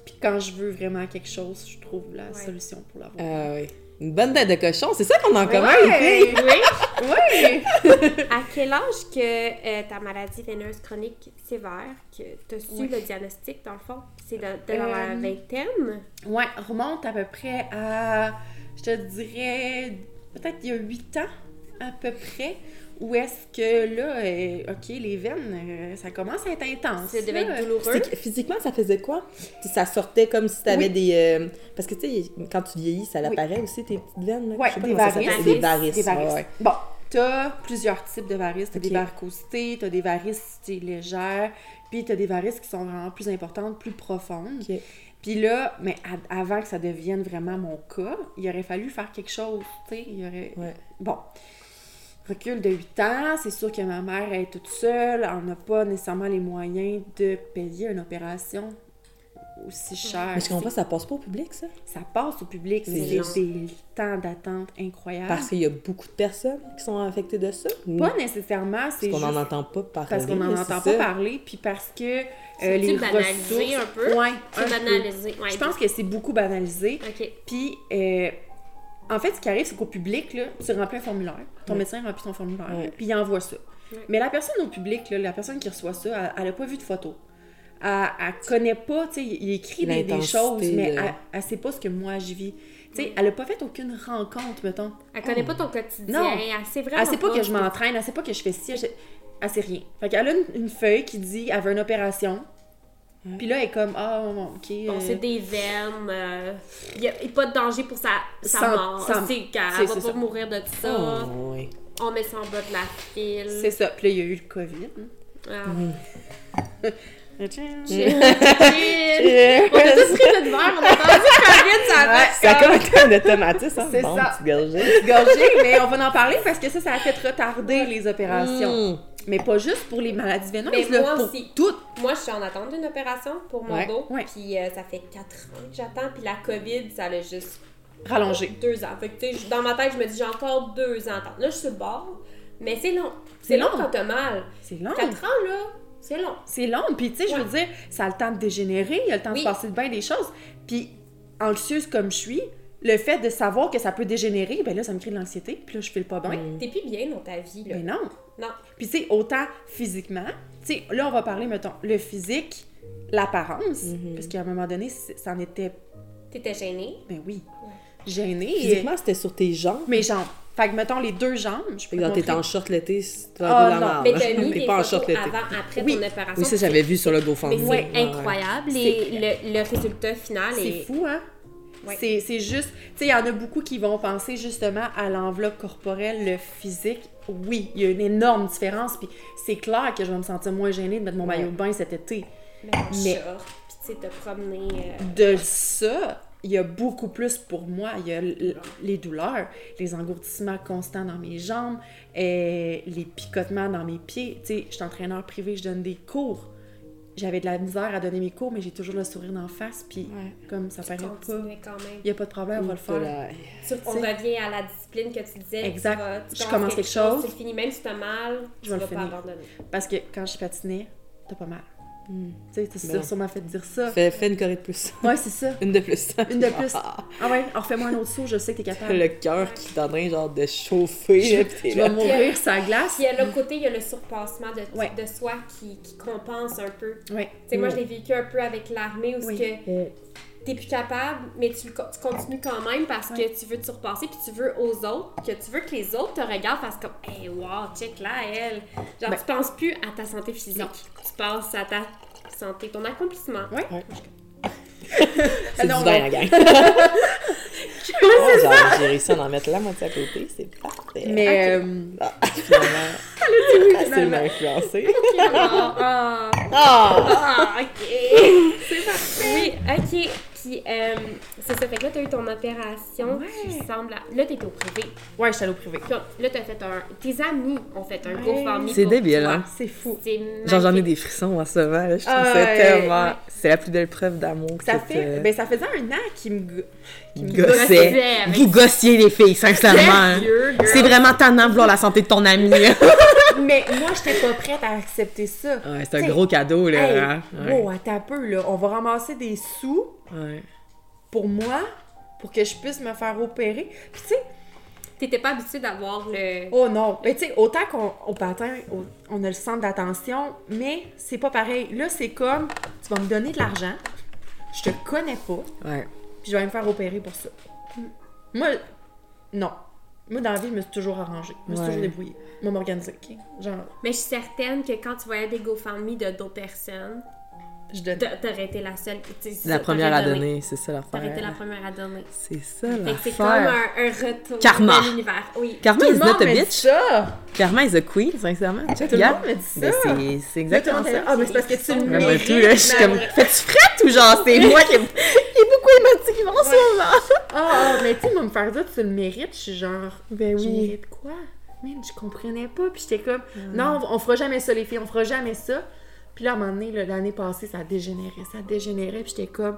Puis quand je veux vraiment quelque chose, je trouve la
Ouais. Euh.
solution pour l'avoir.
Ah oui. Une bonne tête de cochon, c'est ça qu'on a en commun, les filles!
ouais, ouais.
À quel âge que euh, ta maladie veineuse chronique sévère, que tu as su
Oui.
le diagnostic, dans le fond, c'est dans, dans la
Euh,
vingtaine?
<laughs> Ouais, remonte à peu près à, je te dirais, peut-être il y a 8 ans, à peu près, Ou est-ce que là, euh, OK, les veines, euh, ça commence à être intense.
Ça devait
là.
être douloureux.
C'est que Physiquement, ça faisait quoi? Tu- Ça sortait comme si t'avais
Oui.
des... euh, parce que, tu sais, quand tu vieillis, ça
Oui.
l'apparaît aussi, tes petites veines. là.
Ouais,
Je sais pas
des
comment ça s'appelle.
varices.
Des varices.
Des varices.
ouais, ouais.
Bon, t'as plusieurs types de varices. T'as
Ok.
des varicocitées, t'as des varices tu sais, légères, puis t'as des varices qui sont vraiment plus importantes, plus profondes.
Ok.
Puis là, mais a- avant que ça devienne vraiment mon cas, il aurait fallu faire quelque chose, tu sais, il aurait...
Ouais.
Bon. Recul de 8 ans, c'est sûr que ma mère elle est toute seule, on n'a pas nécessairement les moyens de payer une opération aussi chère.
Mais je comprends pas,
C'est-
ça passe pas au public, ça?
Ça passe au public,
C'est
c'est
long.
des temps d'attente incroyables.
Parce qu'il y a beaucoup de personnes qui sont affectées de ça? Ou-
Pas nécessairement, c'est
Parce qu'on
juste
n'en entend pas parler.
parce qu'on n'en
c'est
entend
ça.
pas parler, puis parce que euh,
C'est-tu
les
banalisé
ressources...
un peu?
Ouais, un
C'est
peu.
banalisé. Ouais,
Je pense que c'est beaucoup banalisé.
OK.
Puis, euh, en fait, ce qui arrive, c'est qu'au public, là, tu remplis un formulaire. Ton
Ouais.
médecin remplit ton formulaire,
Ouais.
puis il envoie ça.
Ouais.
Mais la personne au public, là, la personne qui reçoit ça, elle n'a pas vu de photo. Elle, elle connaît pas, tu sais, il il écrit des, des
L'intensité
choses, mais
de-
elle, elle sait pas ce que moi je vis. Tu sais, elle n'a pas fait aucune rencontre, mettons.
Elle connaît pas ton quotidien.
Oh. Non.
Elle sait vraiment
Elle sait pas que je m'entraîne, elle sait pas que je fais ci, elle sait- elle sait rien. Fait qu'elle a une, une feuille qui dit elle veut une opération.
Ouais.
Puis là, elle est comme Ah, ok. euh,
Bon, c'est des veines. Il n'y a, y a pas de danger pour sa, sa
Sans-
mort.
sans-
C'est qu'elle
c'est-
va
c'est
pas
ça.
mourir de ça.
Oh, ouais.
On met ça en bas de la
c'est
file.
ça. Puis là, il y a eu le COVID.
Ah.
Tchin. <laughs>
Chill.
Euh.
Chill. On a tous pris notre verre. On a entendu Karine, ça
Ouais.
va.
<laughs> Ça a comme été un automatisme, hein?
<laughs> C'est
bon,
ça.
petite gorgée.
Gorgée, <laughs> mais on va en parler parce que ça, ça a fait retarder les opérations.
Mm.
Mais pas juste pour les maladies vénères,
Mais
là,
moi
pour
aussi.
toutes.
Moi, je suis en attente d'une opération pour mon
Ouais.
dos.
Ouais.
Puis euh, ça fait 4 ans que j'attends. Puis la COVID, ça l'a juste
Rallongées.
deux ans. Fait que, tu sais, je- dans ma tête, je me dis, j'ai encore deux ans. d'attente. Là, je suis sur le bord. Mais c'est long. C'est
C'est
long
long. Ah.
quand t'as mal.
C'est long.
4 ans, là, c'est long.
C'est long. Puis, tu sais, je veux dire, ça a le temps de dégénérer, il y a le temps
Oui.
de passer de bien des choses. Puis, anxieuse comme je suis, le fait de savoir que ça peut dégénérer, ben là, ça me crée de l'anxiété. Puis là, je file pas bien.
T'es plus bien dans ta vie, là.
Ben non.
Non.
Puis, tu sais, autant physiquement, tu sais, là, on va parler, mettons, le physique, l'apparence,
Mhm.
parce qu'à un moment donné, c'est- ça en était,
T'étais gênée.
ben oui, gênée.
Physiquement, c'était sur tes jambes.
mes jambes. Fait que, mettons, les deux jambes, je
Fait
peux
que quand
te
t'es en
montrer.
short l'été, c'est un
Ah,
peu la
non.
merde.
Mais
<laughs>
t'as mis
Mais
des
pas en
photos
short l'été.
avant, après
Oui.
ton opération.
Oui, ça, j'avais vu sur le
Mais
GoFundMe.
c'est
Ouais, ouais.
incroyable.
C'est-
Les- le, le résultat final est...
C'est fou, hein?
Ouais.
C'est c'est juste, tu sais, il y en a beaucoup qui vont penser justement à l'enveloppe corporelle, le physique. Oui, il y a une énorme différence. Puis c'est clair que je vais me sentir moins gênée de mettre mon
Ouais.
maillot de bain cet été.
Mais,
Mais-
short, puis tu sais, te promener... euh,
De ça, il y a beaucoup plus pour moi. Il y a l- les douleurs, les engourdissements constants dans mes jambes, et les picotements dans mes pieds. Tu sais, je suis entraîneur privé, je donne des cours. J'avais de la misère à donner mes cours, mais j'ai toujours le sourire d'en face. Puis
Ouais.
comme ça paraît pas.
continuer quand même.
Il n'y a pas de problème, Ah, on va le
Faut
faire.
la-
Tu- on
Tu sais.
revient à la discipline que tu disais.
Exact.
Tu vas- tu
Je
commences
commence quelque chose.
Tu le finis, même si t'as mal,
Je
tu
vais
vas pas
le finir.
abandonner.
Parce que quand je patinais, t'as pas mal.
Hmm.
Tu sais, t'as
Ben.
sûrement fait dire ça.
<laughs> Fais, fais une corée de plus. <laughs>
Ouais, c'est ça.
Une de plus.
Une de
<laughs>
plus. Ah ouais, en refais-moi un autre saut, je sais que t'es capable.
Le cœur qui t'en train genre de chauffer. là, pis t'es
Je
là.
vais mourir sa glace.
Puis à l'autre côté, il y a le surpassement de,
Ouais.
de soi qui, qui compense un peu. Tu
Ouais. Mm.
sais, moi, je l'ai vécu un peu avec l'armée où c'est
Oui. Euh,
que
Ouais.
t'es plus capable, mais tu, le co- tu continues quand même parce
Ouais.
que tu veux te surpasser, puis tu veux aux autres, que tu veux que les autres te regardent, fassent comme « Hey, wow, check là, elle! » Genre,
Ben.
tu penses plus à ta santé physique. Tu penses à ta santé, ton
<laughs>
accomplissement.
Ouais.
C'est
Ah
du
non,
vin, la
non. <laughs>
gang. <laughs> Oh, genre, J'ai réussi à en mettre la moitié à côté. C'est parfait.
Mais
Ah, <laughs>
<laughs>
finalement,
euh,
facilement
finalement,
influencé.
Ah, ah.
Ah!
Ah, ok! c'est parfait! Oui, ok. Puis, euh, c'est ça. Fait que là, t'as eu ton opération qui ressemble à. Là, t'étais au privé.
ouais, je suis allée au privé.
Puis on- là, t'as fait un. Tes amis ont fait un
Ouais.
GoFundMe.
C'est
pour
débile,
toi.
hein?
C'est fou.
C'est magnifique.
Genre, j'en ai des frissons en ce moment. là. Je trouve
Ah,
ça
ouais,
tellement.
ouais.
C'est la plus belle preuve d'amour que
Ça
cette,
fait,
euh,
ben, ça faisait un an qu'il me, go- qu'il me
gossait.
gossait avec-
Vous gossiez les filles, sincèrement. hein.
Sérieux, girl?
C'est vraiment tannant de vouloir la santé de ton hein. ami.
<laughs>
ouais,
Mais moi, j'étais pas prête à accepter ça.
c'est un
T'sais,
gros cadeau, là.
Hey,
hein? Ouais.
wow, attends un peu, là. On va ramasser des sous
Ouais.
pour moi, pour que je puisse me faire opérer. Puis, tu sais,
T'étais pas habituée d'avoir le.
Oh non! Mais tu sais, autant qu'on au patin, au- on a le centre d'attention, mais c'est pas pareil. Là, c'est comme, tu vas me donner de l'argent, je te connais pas,
Ouais. Hmm.
puis je vais me faire opérer pour ça. Moi, non. Moi, dans la vie, je me suis toujours arrangée. Je me suis
Ouais.
toujours débrouillée. Moi, m'organiser. OK? Genre,
Mais je suis certaine que quand tu voyais des GoFundMe de d'autres personnes,
je donne.
t'a- t'aurais été la seule. tu sais,
La
ça,
première
t'aurais
à
donné.
donner, c'est ça
T'aurais été la
l'affaire.
première à donner.
C'est ça
Fait que c'est comme un,
l'affaire.
un retour
Karma.
de l'univers. Oui.
Carmen
Tout le
is not
monde
a
me dit
bitch.
ça!
Carmen is a queen, sincèrement. Check,
Tout le
yeah.
monde me dit ça!
Ben, c'est- c'est
Là, tout le
exactement
monde est
ça.
là, Ah, mais c'est parce que tu le
Mais moi,
mérites!
tout, là, je suis
ma
comme,
vraie-
fais-tu frette ou genre, c'est moi qui ai, qui ai beaucoup émotive en ce moment?
Ah, ah, mais tu sais, ils vont me faire dire tu le mérites. Je suis genre,
Ben
je mérite quoi? Man, je comprenais pas. Puis j'étais comme, non, on fera jamais ça, les filles, on fera jamais ça. Puis là, à un moment donné, là, l'année passée, ça dégénérait, ça dégénérait. Puis j'étais comme,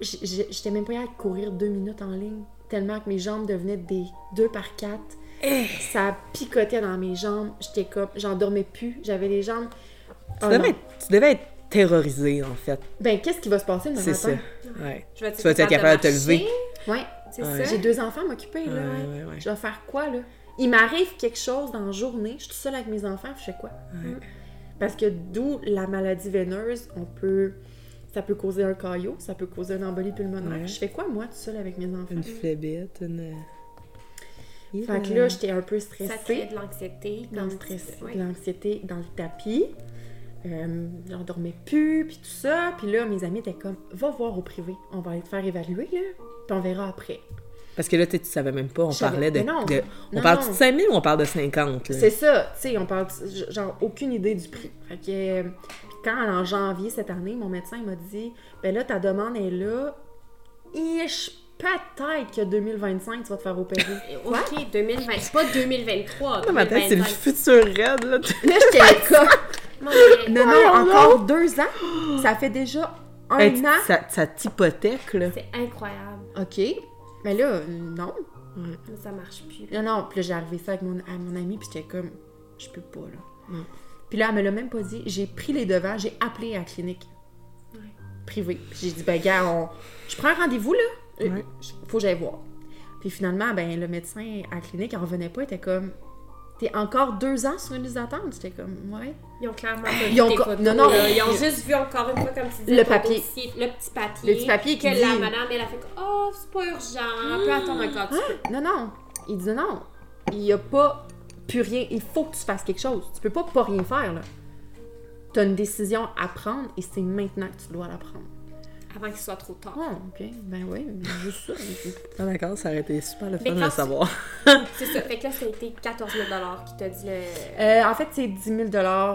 j- j- j'étais même pas à courir deux minutes en ligne, tellement que mes jambes devenaient des deux par quatre.
Eh!
Ça picotait dans mes jambes. J'étais comme, j'en dormais plus. J'avais les jambes.
Tu
Oh
devais,
non.
être, tu devais être terrorisée, en fait.
Ben, qu'est-ce qui va se passer demain
C'est
matin?
ça. Ouais.
Je vais-tu
Tu vas être capable de te
marcher?
lever.
Ouais.
C'est ça.
Ouais.
J'ai deux enfants à m'occuper, là.
Ouais,
ouais.
ouais, ouais.
Je vais faire quoi, là? Il m'arrive quelque chose dans la journée, je suis toute seule avec mes enfants, je fais quoi? Hmm. Parce que d'où la maladie veineuse, on peut... Ça peut causer un caillot, ça peut causer une embolie pulmonaire.
Ouais.
Je fais quoi, moi, toute seule avec mes enfants?
Une flébite, une. euh, ben,
Fait que là, j'étais un peu
euh, Ça crée
stressée.
de l'anxiété.
Dans
comme
le
tu dis,
stress,
ouais.
de l'anxiété, dans le tapis. Euh, j'en dormais plus, puis tout ça. Puis là, mes amis étaient comme, va voir au privé, on va aller te faire évaluer, là, puis on verra après.
Parce que là, tu tu savais même pas, on
Je savais-
parlait de.
mais non.
de- on
Non,
parle
non.
de 5000 ou on parle de 50? Là?
C'est ça, tu sais, on parle, genre, aucune idée du prix. Fait que, euh, quand en janvier cette année, mon médecin il m'a dit, ben là, ta demande est là, ish, peut-être que 2025, tu vas te faire opérer.
Ok, 2020. C'est pas 2023.
Dans ma tête,
ben,
c'est le futur raide, là.
là, j'étais comme,
le
<laughs> non, non,
Voyons
encore deux ans, ça fait déjà un
Hey,
an.
ça, ça t'hypothèque, là.
C'est incroyable.
Ok, mais là, euh, non,
Mais ça marche plus.
non, non, puis là, j'ai arrivé ça avec mon, à mon ami, puis j'étais comme, je peux pas, là.
Non.
Puis là, elle me l'a même pas dit, j'ai pris les devants, j'ai appelé à la clinique. privé. Puis j'ai dit, ben gars, on... je prends un rendez-vous là. Euh,
Ouais.
Faut que j'aille voir. Puis finalement, ben le médecin à la clinique, il revenait pas, il était comme, t'es encore deux ans sur une liste d'attente. J'étais comme, ouais.
Ils ont clairement pas
Ah, Ils
vu
ont
tes
co-
photos,
non, non.
là. Ils ont juste vu encore une fois, comme tu disais,
Le
ton
papier.
dossier, le petit papier.
Le petit papier qui
Que la
dit- Ah,
madame, elle a fait « Oh, c'est pas urgent, on peut attendre encore. petit peu.
Non, non. Il dit non. Il y a pas plus rien. Il faut que tu fasses quelque chose. Tu peux pas pas rien faire là. T'as une décision à prendre et c'est maintenant que tu dois la prendre.
Avant qu'il soit trop tard.
Ah, ok. Ben oui, juste ça.
Ah, D'accord, ça aurait été super le
Mais
fun de
quand
le
tu-
savoir.
<laughs>
Ah.
C'est ça. Fait que là, ça a été 14 000 qui t'a dit le...
Euh, en fait, c'est 10 000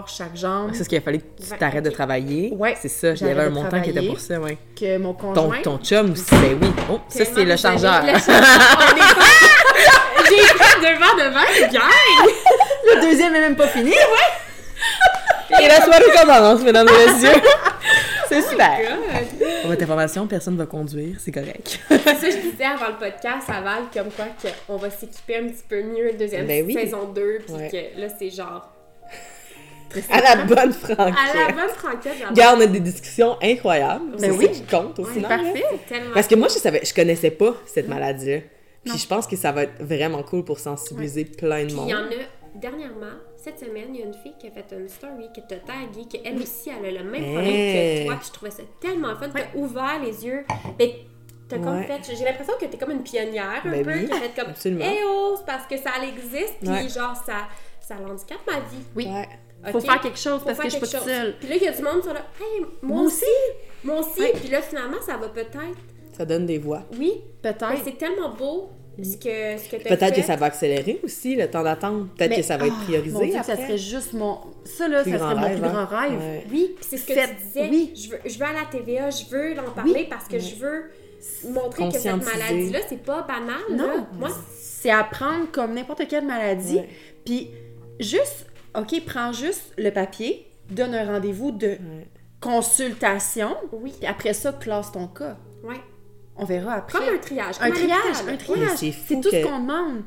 chaque jambe.
C'est ce qu'il a fallu que tu
Ouais,
t'arrêtes de
ok.
travailler.
Ouais,
C'est ça, il y
j'arrête
avait un
de
montant qui était
travailler.
pour ça, ouais.
Que mon
Ton,
conjoint.
ton chum aussi, ben oui. Oh, ça, c'est le chargeur.
Le
<laughs>
chargeur. On est pas- <laughs> J'ai écrit devant, devant, gang!
Le deuxième est même pas fini.
Et la soirée commence, mesdames
<laughs>
et messieurs. C'est super.
Oh God!
Pour votre information, personne ne va conduire, c'est correct.
C'est <laughs> ça que je disais avant le podcast à Val, comme quoi qu'on va s'équiper un petit peu mieux deuxième
Ben oui.
saison 2, puis
Ouais.
que là, c'est genre...
À la <laughs> bonne franquette.
<laughs> À la bonne franquette, la
Regarde, on a des discussions incroyables.
Ben
c'est
oui.
ça qui compte aussi.
Ouais,
non, là?
Parfait.
C'est tellement...
Parce que moi, je savais, je connaissais pas cette maladie-là. Puis je pense que ça va être vraiment cool pour sensibiliser plein de
Puis il y en
monde.
a, dernièrement, cette semaine, il y a une fille qui a fait une story, qui t'a tagué, qu'elle aussi, elle a le même problème
Hey.
que toi. Puis je trouvais ça tellement fun. T'as ouvert les yeux. Mais t'as comme
Ouais.
fait. J'ai l'impression que t'es comme une pionnière un
Ben
peu,
oui,
qui a fait comme.
absolument.
Eh oh, c'est parce que ça elle existe. Puis
Ouais.
genre, ça, ça l'handicape ma vie.
Oui.
Ouais.
OK?
Faut faire quelque chose
Faut
parce
faire
que je suis pas
quelque
toute
chose.
seule.
Puis là, il y a du monde qui sont là. Hey, moi,
Moi
aussi. Moi aussi. Puis là, finalement, ça va peut-être.
Ça donne des voix.
Oui. Mais
Peut-être.
c'est tellement beau ce que, ce que t'as
Peut-être
fait.
que ça va accélérer aussi le temps d'attente. Peut-être
Mais-
que ça va être
Ah,
priorisé.
Mon Dieu, que
après.
ça serait juste mon. Ça, là,
Plus
ça
grand
serait mon
rêve,
plus grand
hein.
rêve.
Ouais.
Oui, puis c'est ce que
Faites-
tu disais.
oui.
Je, veux, je veux aller à la TVA, je veux en parler parce que je veux montrer que cette
Conscientiser.
maladie-là, c'est pas banal.
Non.
là. Moi,
C'est apprendre comme n'importe quelle maladie.
Ouais.
Puis juste, OK, prends juste le papier, donne un rendez-vous de consultation,
oui.
puis après ça, classe ton cas.
Ouais.
On verra après.
Comme un triage.
Un
comme à
triage,
l'hôpital.
un
Ouais.
triage.
c'est
C'est
fou
tout
que-
ce qu'on demande.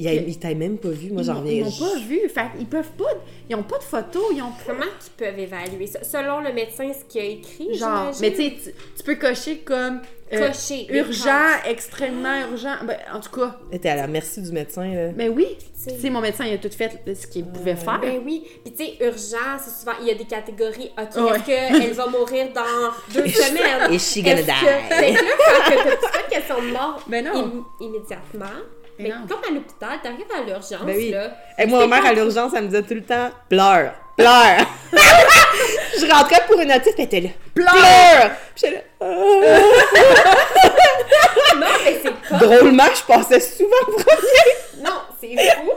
Il y a- il t'a même pas vu, moi
Ils
j'en
m'ont ils
reviens.
m'ont pas vu. Fait qu'ils peuvent pas. Ils ont pas de photos, ils ont pas.
Comment ils peuvent évaluer ça? Selon le médecin, ce qu'il a écrit,
Genre,
j'imagine.
mais tu sais, tu- tu peux cocher comme. euh,
Cocher, les
Urgent,
cases.
extrêmement
Ah.
urgent. Ben, en tout cas,
Là, T'es à la merci du médecin, là.
ben oui.
C'est-
Tu sais, mon médecin, il a tout fait ce qu'il pouvait faire.
Ben oui. Puis tu sais, urgent, c'est souvent, il y a des catégories. OK,
Ouais.
est-ce qu'elle va mourir dans
<laughs>
deux semaines?
Et she gonna
Est-ce que- <laughs>
die.
Fait que là, quand que t'as pas de question de mort
Ben non.
im- immédiatement, Fait
Mais
que
non.
comme à l'hôpital, t'arrives à l'urgence,
Ben oui.
là.
Et moi, ma mère, à l'urgence, elle me disait tout le temps pleure, pleure. <laughs> je rentrais pour une otite, puis elle était là pleure. Puis j'étais là. Ah.
Non, mais c'est pas.
Drôlement, je passais souvent premier.
Non, c'est
<laughs>
fou.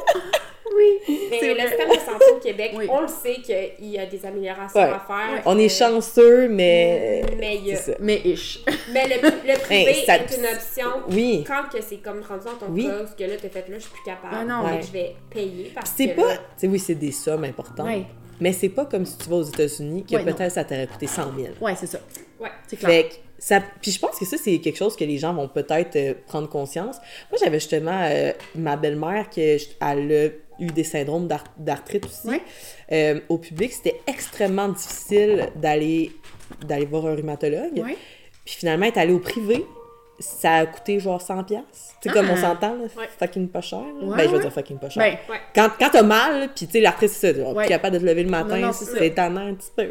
Oui. Mais
Ben, C'est
le
vrai.
système de santé au Québec,
Oui.
on le sait qu'il y a des améliorations
Ouais.
à faire.
On est
chanceux.
chanceux, mais.
Mais il y a-
c'est ça.
Mm, Mais ish. <laughs>
Mais le, le privé
<laughs> Hey, ça-
est une option.
Oui.
Quand que c'est comme rendu dans ton
Oui.
cas, ce que là, t'as fait là, je suis plus capable.
Ah non,
donc
ouais.
je vais payer parce
C'est
que
pas.
là-
Tu sais, oui, c'est des sommes importantes.
Ouais.
Mais c'est pas comme si tu vas aux États-Unis que
Ouais, non.
peut-être ça t'aurait coûté 100 000.
Ouais, c'est ça.
Ouais.
C'est clair.
Fait que ça, puis je pense que ça, c'est quelque chose que les gens vont peut-être euh, prendre conscience. Moi, j'avais justement euh, ma belle-mère qui elle a eu des syndromes d'ar- d'arthrite aussi.
Ouais.
Euh, au public, c'était extrêmement difficile d'aller d'aller voir un rhumatologue.
Ouais.
Puis finalement, être allé au privé, ça a coûté genre 100 pièces. Tu sais,
Ah!
comme on s'entend, là,
Ouais.
fucking pas cher. là.
Ouais,
ben, je veux
ouais.
dire fucking pas cher.
Ben,
Quand, quand t'as mal, puis tu sais, l'arthrite, c'est ça. On
Ouais.
est capable de te lever le matin,
Non, non, c'est ça.
c'est étonnant un petit peu.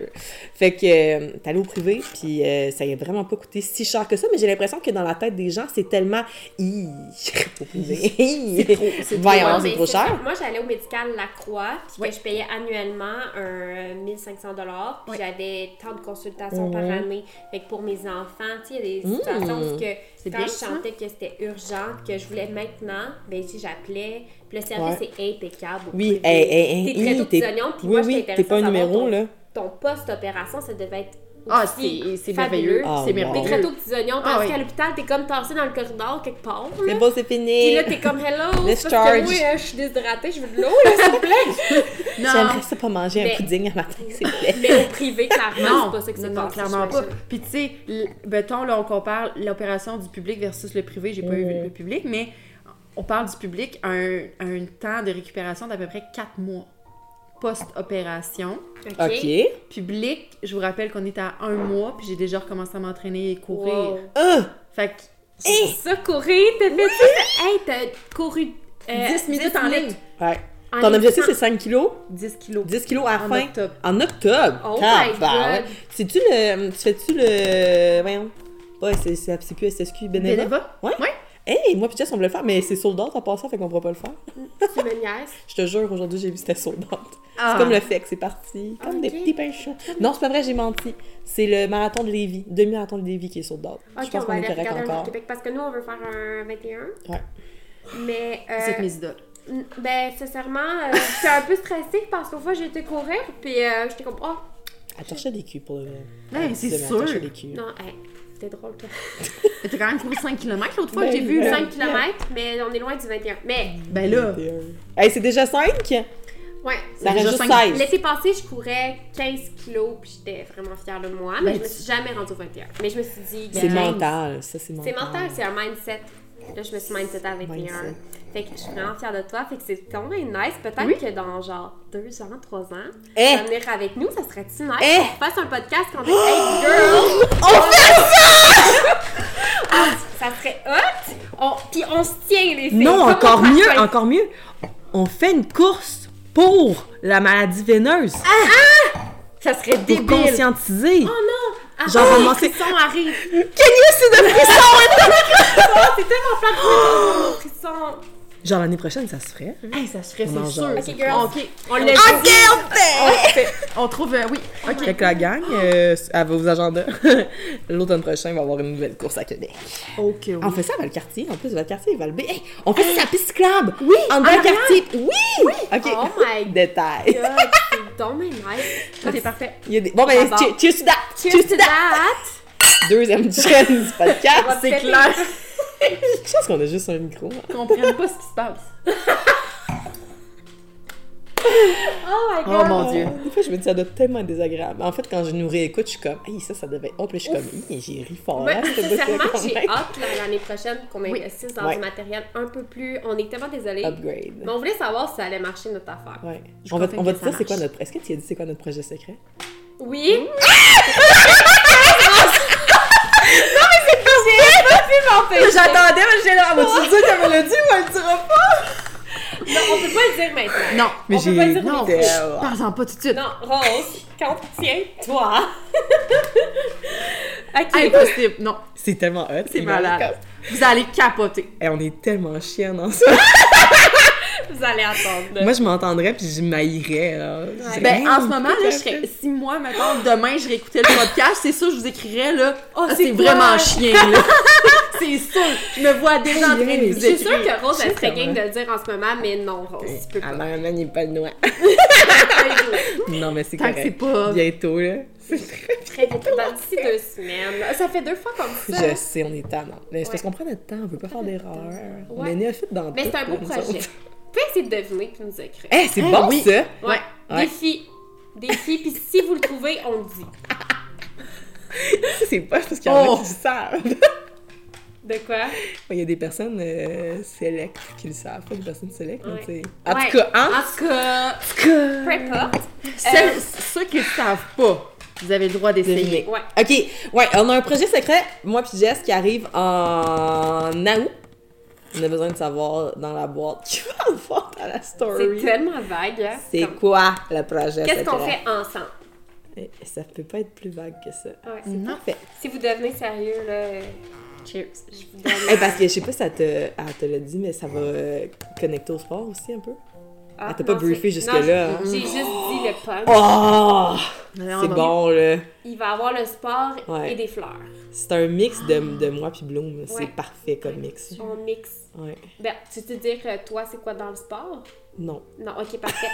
Fait que euh, t'es allé au privé, puis euh, ça y a vraiment pas coûté si cher que ça, mais j'ai l'impression que dans la tête des gens, c'est tellement. Hi, <laughs> au privé. Hi.
Ouais,
Voyons,
mais
c'est trop
c'est ça.
cher.
Moi, j'allais au médical La Croix, puis
Ouais.
que je payais annuellement un 1500 dollars, puis
Ouais.
j'avais tant de consultations par
Mhm.
année. Fait que pour mes enfants, tu sais, il y a des situations où ce que
C'est
quand
bien,
je
ça.
sentais que c'était urgent, que je voulais maintenant, ben si j'appelais, puis le service
Ouais.
est impeccable. au
Oui,
privé.
hey, hey, hey,
T'es très
hi,
tôt
t'es-
petits oignons, puis
oui,
moi,
oui,
j'étais
t'es pas un
intéressée à savoir
numéro,
ton- Ton
là.
post-opération, ça devait être
Ah,
aussi
c'est c'est
fabuleux.
merveilleux.
Ah,
c'est
wow.
T'es très
merveilleux.
tôt petits oignons,
Ah
parce
oui.
qu'à l'hôpital, t'es comme tassé dans le corridor quelque part. là.
C'est bon, c'est
Puis
fini.
là, t'es comme hello, c'est parce
Discharge.
que moi, euh, je suis déshydratée, je veux de l'eau, là, s'il vous plaît.
J'aimerais ça pas manger
Mais-
un pudding un matin, s'il te plaît.
Mais au privé, clairement,
Non,
c'est pas ça que c'est
non, non, clairement pas. Puis tu sais, l- mettons, là, on compare l'opération du public versus le privé. J'ai pas
Oh.
eu le public, mais on parle du public à un, à un temps de récupération d'à peu près 4 mois post-opération.
OK.
OK.
Public, je vous rappelle qu'on est à un mois, puis j'ai déjà recommencé à m'entraîner et courir.
Wow.
Ah!
Fait que
Hey, ça, courir, t'as fait ça? Hey, t'as couru euh,
10 minutes en ligne.
Ouais.
en
Ton
ligne.
objectif, c'est 5 kilos?
10 kilos.
10 kilos à la
En
fin?
octobre.
En octobre?
Oh my
Tabarouette.
God.
C'est-tu le... Tu fais-tu le... Voyons. Ouais, c'est, c'est, c'est plus SSQ, Beneva.
Beneva?
Ouais.
Ouais.
Hey, moi pis Jess, on voulait le faire, mais c'est sold out à part ça, fait qu'on pourra pas le faire.
Tu me niaises.
Je te jure, aujourd'hui, j'ai vu que c'était sold out.
Ah.
C'est comme le fait que c'est parti. Comme des
Ok.
petits pains chauds. Non, c'est pas vrai, j'ai menti. C'est le marathon de Lévis, demi-marathon de Lévis qui est sold out.
Ok,
Je pense
on va
qu'on est
aller
correct
regarder un
encore.
autre Québec parce que nous, on veut faire un 21.
Ouais.
Mais,
Vous êtes
euh,
mes idoles.
n- ben, sincèrement, euh, j'étais un peu stressée parce qu'au fois, j'étais courir, puis euh, j'étais comme, oh,
Elle torchait des culs pour le vrai.
Ben,
Elle
c'est
disait, mais elle
sûr.
torchait des culs.
non, hey, c'était drôle. toi.
Mais t'as quand même couru 5 km l'autre fois,
Ben,
j'ai vu.
ben.
5...
5 km, mais on est loin du 21. Mais,
Ben là,
Hey, c'est déjà 5?
ouais.
Ça reste
déjà
juste
cinq.
16.
L'été passé, je courais 15 kilos, puis j'étais vraiment fière de moi, mais
Ben,
je me
tu-
suis jamais rendue au 21. Mais je me suis dit,
C'est
guys,
mental, ça, c'est
c'est
mental.
mental, c'est un mindset. Là, je me suis mindset à 21.
Mindset.
Fait que je suis vraiment fière de toi. Fait que c'est quand même nice. Peut-être
Oui.
que dans genre 2 ans, 3 ans,
Eh!
tu vas venir avec nous, ça serait-tu nice?
Eh!
On fasse un podcast quand dit Hey girl!
<gasps>
Ah,
On fait
<laughs> Ça serait hot! On... Puis on se tient, les filles.
Non,
Comme
encore
on fait-
mieux, encore mieux. On fait une course pour la maladie veineuse,
ça serait
pour
débile.
conscientiser.
Oh non! Ah,
Genre,
oh,
vraiment,
les frissons arrivent.
Can you see the <laughs> frisson?
Oh, c'est tellement plein de frissons!
Genre l'année prochaine, ça se ferait.
Hey, ça se ferait,
On en
c'est sûr.
jase.
Ok, girl.
Ok,
On l'a
on-
dit.
on fait!
on fait- On trouve, euh, oui, ok.
Fait que la gang, euh, à vos agendas, <laughs> l'automne prochain, il va y avoir une nouvelle course à Québec.
Ok, oui.
On fait ça à Valcartier, en plus, Valcartier et Valbé. Hey, on fait ça sur la piste cyclable! Oui! En
en
Valcartier! Oui! Oui! OK.
Oh my God.
<laughs> Détail.
C'est donc bien nice.
Tout est parfait.
Il y a des... Bon, ben,
J'adore.
cheers, cheers to that!
Cheers to that!
Deuxième chaîne du podcast.
<laughs> C'est
C'est
clair.
clair.
Je pense qu'on a juste un micro. hein.
Ils comprennent pas ce qui se <laughs> passe.
Oh my
Oh
god!
mon dieu.
Des fois, je me dis, ça doit être tellement désagréable. En fait, quand je nous réécoute, je suis comme, hey, ça, ça devait. Hop, là, je suis comme, hey, j'ai ri fort.
Ouais,
hein, cette
sincèrement,
bosse-là, quand <laughs>
j'ai
même.
hâte là, l'année prochaine qu'on
Oui.
investisse dans
Ouais.
du matériel un peu plus. On est tellement désolés.
Upgrade.
Mais on voulait savoir si ça allait marcher notre affaire.
Ouais.
Je
On va,
confirme
on va
que
te
ça
dire, c'est quoi
marche.
notre. Est-ce que tu as dit, c'est quoi notre projet secret?
<laughs> Oui?
J'attendais, mais j'ai là, vas-tu dire qu'elle me l'a dit ou elle le dira pas?
Non, on peut pas le dire maintenant.
Non,
Mais
On peut pas le
j'ai.
dire
non,
mais-
chut, parle-en pas tout de suite.
Non, Rose, quand tiens-toi.
Ok, impossible. Non,
C'est tellement hot.
c'est
Ils vont
malade. Vous allez capoter.
comme- Eh, on est tellement chiens dans ça.
Vous allez attendre.
Moi, je m'entendrais puis je m'haïrais. là. Je dirais,
Ben,
Hey,
en ce moment,
qu'est-ce
là,
que
je
t'as
serais-
fait?
si moi, mettons, demain, je réécoutais le podcast, c'est sûr, je vous écrirais, là,
Oh,
Ah,
c'est
c'est
toi!
vraiment chien, <laughs> là. c'est sûr. Je me vois déjà en train de
Yes.
Je
vous
suis
écrire.
sûre que Rose,
Je
elle
sais
serait
pas,
game de
ouais.
le dire en ce moment, mais non, Rose, tu peux
Ah,
pas.
Marianne, il est pas de noix. <laughs> non, mais c'est
Tant que c'est
correct.
pas...
Bientôt, là.
Très vite, dans d'ici deux semaines. Ah, Ça fait deux fois qu'on dit ça.
Je sais, on est tannant. Mais c'est parce qu'on prend notre temps, on veut pas faire d'erreur. On
Ouais.
est néophyte dans
Mais
tout,
c'est un beau
nous
projet.
<laughs> autres.
Vous pouvez essayer de deviner puis nous écrire.
Eh, c'est
Eh,
bon,
oui.
ça!
Ouais.
Ouais.
Défi. Défi, puis si vous le trouvez, on le dit.
Ça, c'est pas parce qu'il y en
Oh.
a qui le savent. <laughs>
De quoi?
Il y a des personnes euh, sélectes qui le savent, pas des personnes sélectes, mais
Ouais.
tu sais. En
Ouais. Ah,
tout cas, hein?
En tout cas,
tout cas!
peu importe.
euh, Ceux, ceux qui ne savent pas, vous avez le droit d'essayer.
Devinez.
Ouais.
Ok, ouais, on a un projet secret, moi puis Jess, qui arrive en août. On a besoin de savoir dans la boîte qui <laughs> va avoir dans la
C'est
story.
tellement vague. hein,
C'est
comme-
quoi le projet
Qu'est-ce qu'on
secret?
fait ensemble?
Eh, Ça peut pas être plus vague que ça.
Ouais.
Non.
Parfait.
Si vous devenez sérieux, là, euh, cheers. Je vous donne.
Eh, parce que je sais pas si elle te, elle te l'a dit, mais ça va euh, connecter au sport aussi un peu.
Ah,
elle t'a pas
non,
briefé
c'est-
jusque-là,
non,
hein.
J'ai j'ai juste dit le punch.
Oh!
Alors,
C'est
on va-
bon, là.
Il va avoir le sport
Ouais.
et des fleurs.
C'est un mix de, de moi puis Bloom. C'est
Ouais.
parfait comme mix.
On mixe.
Ouais.
Ben, tu te dire, euh, toi, c'est quoi dans le sport?
Non.
Non, ok, parfait.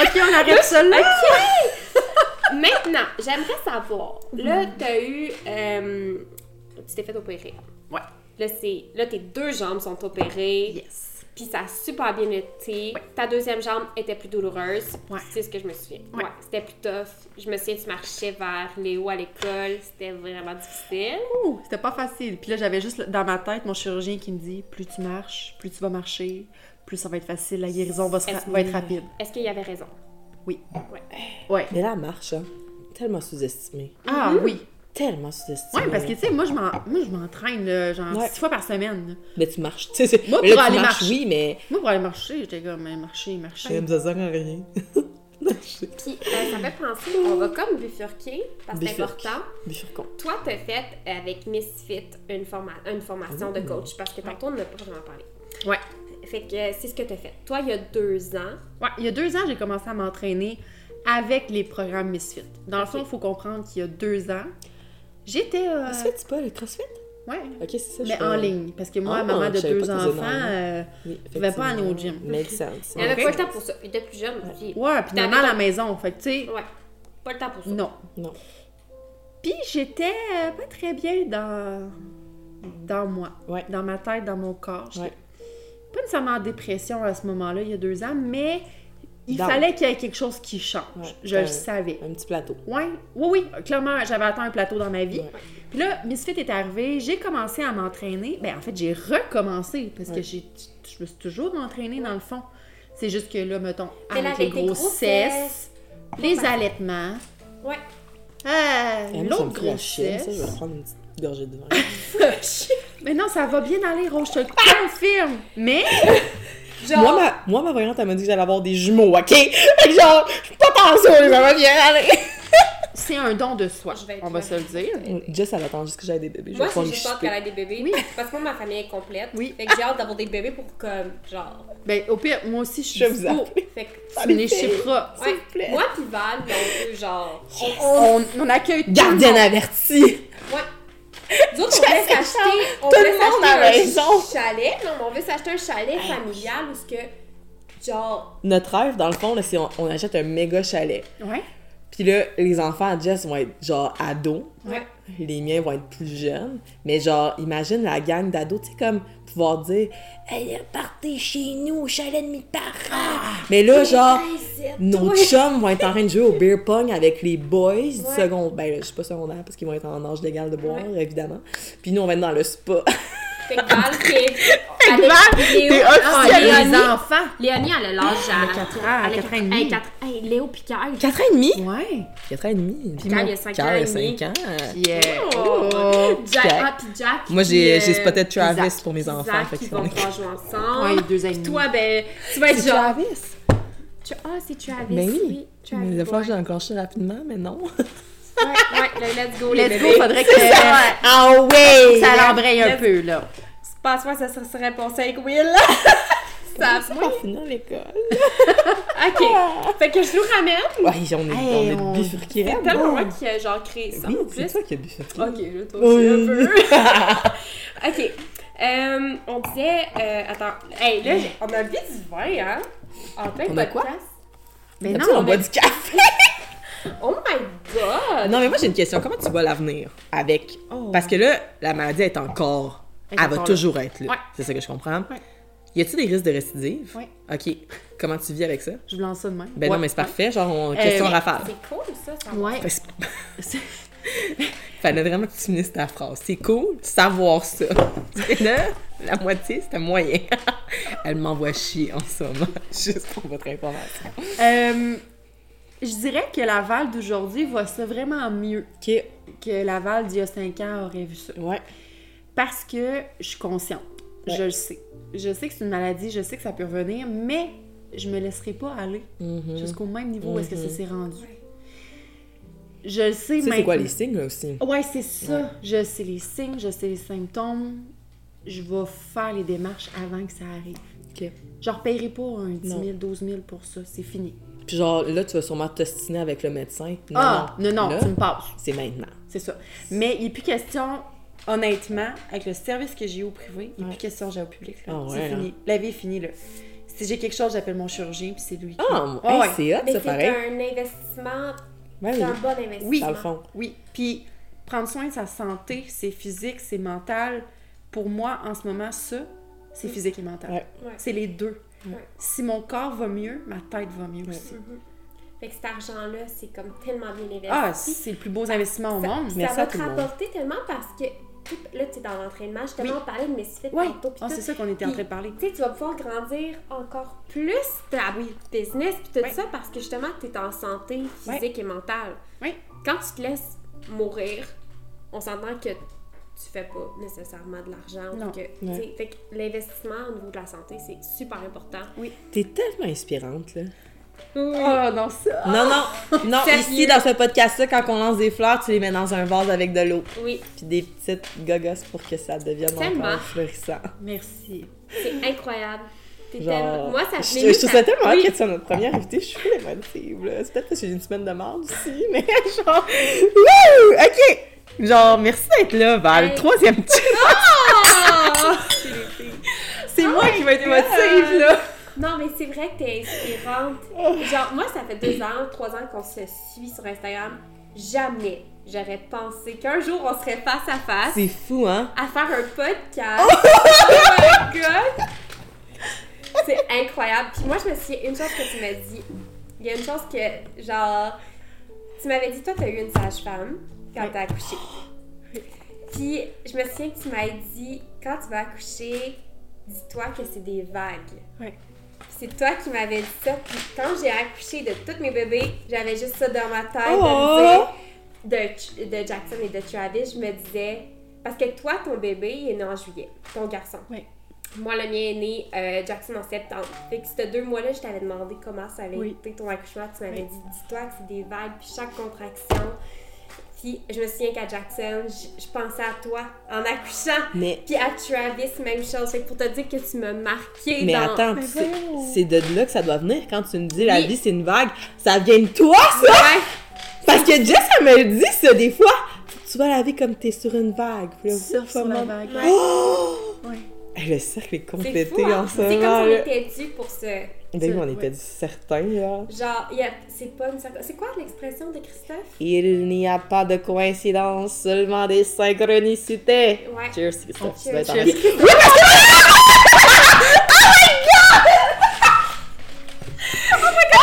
Ok, on arrête ça là.
Maintenant, j'aimerais savoir,
Mhm.
là, t'as eu. euh, tu t'es fait opérer.
Ouais.
Là, c'est, là, tes deux jambes sont opérées,
Yes.
puis ça a super bien été.
Ouais.
Ta deuxième jambe était plus douloureuse.
Ouais.
C'est ce que je me souviens.
Ouais.
c'était plus tough. Je me souviens, tu marchais vers Léo à l'école. C'était vraiment difficile.
Ouh, C'était pas facile. Puis là, j'avais juste dans ma tête mon chirurgien qui me dit plus tu marches, plus tu vas marcher, plus ça va être facile, la guérison va, se ra-
Est-ce-
va être rapide.
Est-ce qu'il y avait raison?
Ouais.
Mais la marche, hein. Tellement sous-estimée.
Ah oui.
Tellement sous-estimée.
Ouais, parce que tu sais, moi, je m'en- moi, je m'entraîne là, genre
Ouais.
six fois par semaine. là.
Mais tu marches. tu sais, c'est-
Moi,
mais là,
pour
tu
aller
marches,
marcher.
Oui, mais.
Moi, pour aller marcher, j'étais comme mais marcher, marcher.
ça sert à <laughs> rien.
Puis, euh, ça me fait penser, on va comme bifurquer, parce que c'est
Bifurque.
important.
Bifurcon.
Euh,
Toi, t'as fait avec Miss Fit une, forma- une formation
Oh.
de coach, parce que tantôt, on n'a pas vraiment parlé.
Ouais.
Fait que euh, c'est ce que t'as fait. Toi, il y a deux ans,
Ouais, il y a deux ans, j'ai commencé à m'entraîner avec les programmes Misfit. Dans le fond, il faut comprendre qu'il y a deux ans, j'étais. euh,
Crossfit, c'est pas le crossfit?
ouais,
Ok, c'est ça. je
mais
fais-
en ligne. Parce que moi,
Ah,
maman de
je savais
deux
pas que tu faisais
enfants,
dans la
euh,
Oui,
Je vais pas aller au gym.
Make sense.
Il n'y avait
Ok.
pas le temps pour ça. Puis de plus jeune aussi.
ouais, puis maman à la maison. Fait que, tu sais,
Ouais. Pas le temps pour ça.
non.
Non.
Puis j'étais euh, pas très bien dans, dans moi,
Ouais.
dans ma tête, dans mon corps. J'étais
Ouais.
Pas nécessairement en dépression à ce moment-là, il y a deux ans, mais il
Down.
fallait qu'il y ait quelque chose qui change.
Ouais,
Je
euh,
le savais.
Un petit plateau.
Ouais, oui, oui, clairement, j'avais atteint un plateau dans ma vie.
Ouais.
Puis là, Misfit est arrivé, j'ai commencé à m'entraîner. Ben en fait, j'ai recommencé parce que
Ouais.
j'ai, je me suis toujours entraînée dans le fond. C'est juste que là, mettons,
Mais là,
avec les
avec les grossesses,
grossesses, les allaitements,
Ouais.
euh,
Eh, moi, ça me
l'autre
fait la chienne, ça, Je
grossesse.
vais prendre une petite gorgée de vin.
<laughs>
Mais non, ça va bien aller, Rose, je te le confirme. Mais
Genre,
Moi, ma, moi, ma voyante, elle m'a dit que j'allais avoir des jumeaux, ok? <laughs> Fait que genre, je suis pas tant sûre, les mamans viennent aller.
c'est un don de soi,
Je vais être
on va
là.
se le dire.
Jess, elle attend juste que j'aille des bébés. Je
moi,
vais
c'est
pouvoir
juste
les
hâte
chipper.
qu'elle a des bébés.
Oui.
Parce que moi, ma famille est complète.
Oui.
Fait que j'ai hâte d'avoir des bébés pour comme, genre.
Ben au pire, moi aussi, je suis
Je vais vous
dispo.
appeler.
Fait que.
Tu me les chipperas.
Ouais.
vous plaît.
Moi pis Val, on peut genre.
On, on accueille tout le
Gardienne avertie!
Ouais. Nous autres,
<laughs>
on voulait
J'avais
s'acheter. On
Tout
voulait
le monde
s'acheter
a
un
raison.
chalet. Non, mais on veut s'acheter un chalet familial où ce que. Genre.
Notre rêve, dans le fond, là, c'est on, on achète un méga chalet.
monde. Ouais.
Puis là, les enfants à Jess vont être genre ados.
Ouais.
Les miens vont être plus jeunes. Mais genre, imagine la gang d'ados, tu sais, comme pouvoir dire Hey, partez chez nous au chalet de mes parents! Mais là, genre, nos chums vont être en train de jouer au beer pong avec les boys du
Ouais.
second. Ben, là, je sais pas secondaire parce qu'ils vont être en âge légal de boire, évidemment. Puis nous, on va être dans le <laughs> spa.
Fait que Val,
<laughs>
c'est.
Val,
Léo,
t'es
Ah,
Ah,
officiellement-
les
Léonie,
enfants!
Léonie, elle a l'âge
Ah,
à.
quatre ans,
elle a
quatre ans et demi.
Hey, quatre- hey, Léo Picard.
4 ans et demi?
Ouais.
4 ans et demi.
Pierre, il y a cinq
Pierre,
ans
il y a
et demi.
cinq ans.
Yeah.
Oh.
Oh.
Jack,
Jack.
ah, puis Jack.
Moi, j'ai j'ai spoté Travis
Isaac.
pour mes enfants.
euh, Zach,
fait
qui
qu'ils
vont
sont-
pouvoir jouer
Ouais,
ensemble.
deux amis.
Puis toi, ben, tu vas être
C'est
genre.
Travis?
Tra- Ah, c'est Travis.
Ben oui.
Travis.
Mais le
ouais. <laughs>
flash, j'ai enclenché rapidement, mais non.
Ouais, ouais, le let's go, les
Let's go,
bébés.
faudrait que ça,
Ah ouais!
l'embraye un
Let's-
peu, là.
Passe-moi, ça serait- serait passé avec Will. <laughs> ça,
C'est pas fini à l'école.
ok. Fait que je nous ramène.
Ouais, on est,
Hey,
on
on-
est bifurqué.
C'est
raide.
tellement moi qui ai genre créé ça.
Ah, Oui,
en
c'est
plus. Ah,
toi qui as bifurqué.
Ok, je t'en
Oui.
un
<laughs>
peu. ok. Euh, on disait. euh, attends. Hey, là, j'ai- on a bu du vin, hein? En plein
On a
podcast.
quoi?
Mais
Comme
non,
ça, on
mais-
boit du café.
Oh my god!
Ah, Non, mais moi, j'ai une question. Comment tu vois l'avenir avec? Parce que là, la maladie est encore... Elle,
Elle Oh. est
va
encore là.
toujours être là.
Ouais.
C'est ça que je comprends.
Ouais.
Y a-t-il des risques de récidive?
Ouais.
OK. Comment tu vis avec ça?
Je vous lance ça de même.
Ben non,
Ouais. Euh,
mais c'est parfait. Genre, on... question
mais-
rafale. <laughs>
C'est cool, ça. ça va.
Ouais.
Fait que c'est- Fallait vraiment que tu finisses ta phrase. C'est cool, savoir ça. <laughs> Et là, la moitié, c'était moyen. <laughs> Elle m'envoie chier en ce moment, <laughs> juste pour votre information.
Euh, je dirais que Laval d'aujourd'hui voit ça vraiment mieux que, que Laval d'il y a 5 ans aurait vu ça.
Ouais.
Parce que je suis consciente.
Ouais.
Je le sais. Je sais que c'est une maladie, je sais que ça peut revenir, mais je me laisserai pas aller
Mhm.
jusqu'au même niveau où est-ce que ça s'est rendu. Je le sais
Tu sais,
maintenant.
Mhm. c'est quoi les signes, là, aussi?
Ouais, c'est ça. Je sais les signes, je sais les symptômes. Je vais faire les démarches avant que ça arrive.
OK.
Je ne paierai pas un 10 000,
Non.
12 000 pour ça. C'est fini.
Puis genre, là, tu vas sûrement t'ostiner avec le médecin. Non,
ah, non, non,
Là,
tu me passes.
c'est maintenant.
C'est ça. Mais il n'est plus question, honnêtement, avec le service que j'ai eu au privé, il n'est
Ouais.
plus question que j'ai au public. là.
Ah ouais,
c'est
hein.
fini. La vie est finie, là. Si j'ai quelque chose, j'appelle mon chirurgien, puis c'est lui. qui-
Ah,
Ah
hey,
ouais.
c'est hot,
Mais
ça,
c'est
pareil.
un investissement.
Ouais,
C'est un
oui,
bon investissement.
Oui.
dans le fond.
Oui. Puis prendre soin de sa santé, c'est physique, c'est mental. Pour moi, en ce moment, ça, c'est physique et mental.
Ouais.
Ouais.
C'est les deux.
Ouais.
Si mon corps va mieux, ma tête va mieux aussi.
Fait que cet argent-là, c'est comme tellement bien investi.
Ah, c'est le plus beau investissement au
ça,
monde.
ça
Merci à
va
tout
te
le monde.
rapporter tellement parce que tu- là, tu es dans l'entraînement. Justement,
Oui.
on parlait de mes fait
Oui,
tantôt. pis
Ah,
tout.
c'est ça qu'on était en train de parler.
Tu sais, tu vas pouvoir grandir encore plus ta business puis tout
Oui.
ça parce que justement, tu es en santé physique et mentale.
Oui.
Quand tu te laisses mourir, on s'entend que tu fais pas nécessairement de l'argent. ou
Non.
Que, tu sais, Fait que l'investissement au niveau de la santé, c'est super important.
T'es tellement inspirante, là.
Oh non, ça!
Non, non, non,
Ah. Sérieux?
ici, dans ce podcast-là, quand on lance des fleurs, tu les mets dans un vase avec de l'eau.
Oui,
Puis des petites gogosses pour que ça devienne
Tellement.
encore florissant.
Merci.
c'est incroyable. T'es tellement-
Genre,
Moi, ça
je,
je l'ai mis,
je trouve ça tellement
Oui.
hot que tu sois notre première invitée. Je suis full émotive, là. C'est peut-être parce que j'ai une semaine de marde aussi, mais <laughs> genre... Wouh! OK! Genre, merci d'être là, Val.
Hey. <laughs>
Troisième tour.
Ah!
C'est
Oh
moi qui vais être
émotive,
là.
Non, mais c'est vrai que t'es inspirante. Genre, moi, ça fait deux ans, trois ans qu'on se suit sur Instagram. Jamais j'aurais pensé qu'un jour, on serait face à face
C'est fou, hein?
à faire un podcast. oh my God! C'est incroyable. Puis moi, je me souviens une chose que tu m'as dit. Il y a une chose que, genre, tu m'avais dit, toi, t'as eu une sage-femme quand
Oui.
t'as accouché. Puis je me souviens que tu m'as dit, quand tu vas accoucher, dis-toi que c'est des vagues.
Oui.
Puis C'est toi qui m'avais dit ça. Puis quand j'ai accouché de tous mes bébés, j'avais juste ça dans ma tête
Oh!
de me dire de, de Jackson et de Travis. Je me disais, parce que toi, ton bébé il est né en juillet, ton garçon.
Oui.
Moi, le mien est né euh, Jackson en septembre. Fait que ces deux mois-là, je t'avais demandé comment ça avait
Oui.
été ton accouchement. Tu m'avais
Oui.
dit, dis-toi que c'est des vagues, puis chaque contraction. Puis je me souviens qu'à Jackson, je, je pensais à toi en accouchant.
Mais,
Puis à Travis, même chose. Fait que pour te dire que tu m'as marqué
mais
dans...
attends,
Mais
tu sais,
voyons.
c'est de là que ça doit venir. Quand tu me dis la
Oui.
vie, c'est une vague, ça vient de toi, ça!
Ouais.
Parce que Jess, elle me le dit ça des fois. Tu vas la vie comme t'es sur une vague. Puis là,
Surfe sur la
comment-
vague.
Ouais.
Oh!
Ouais.
Hey, Le cercle est
C'est
complété
fou, hein?
en ce
C'est comme si
moment.
on
là.
était dû pour ce...
Dès qu'on
Ouais.
était certain, là.
Genre, il y a- c'est pas une... circo- C'est quoi l'expression de Christophe?
Il n'y a pas de coïncidence, seulement des synchronicités.
Ouais.
Cheers, Christophe,
Oh,
tu dois être en
cheers. <laughs>
vie. Oh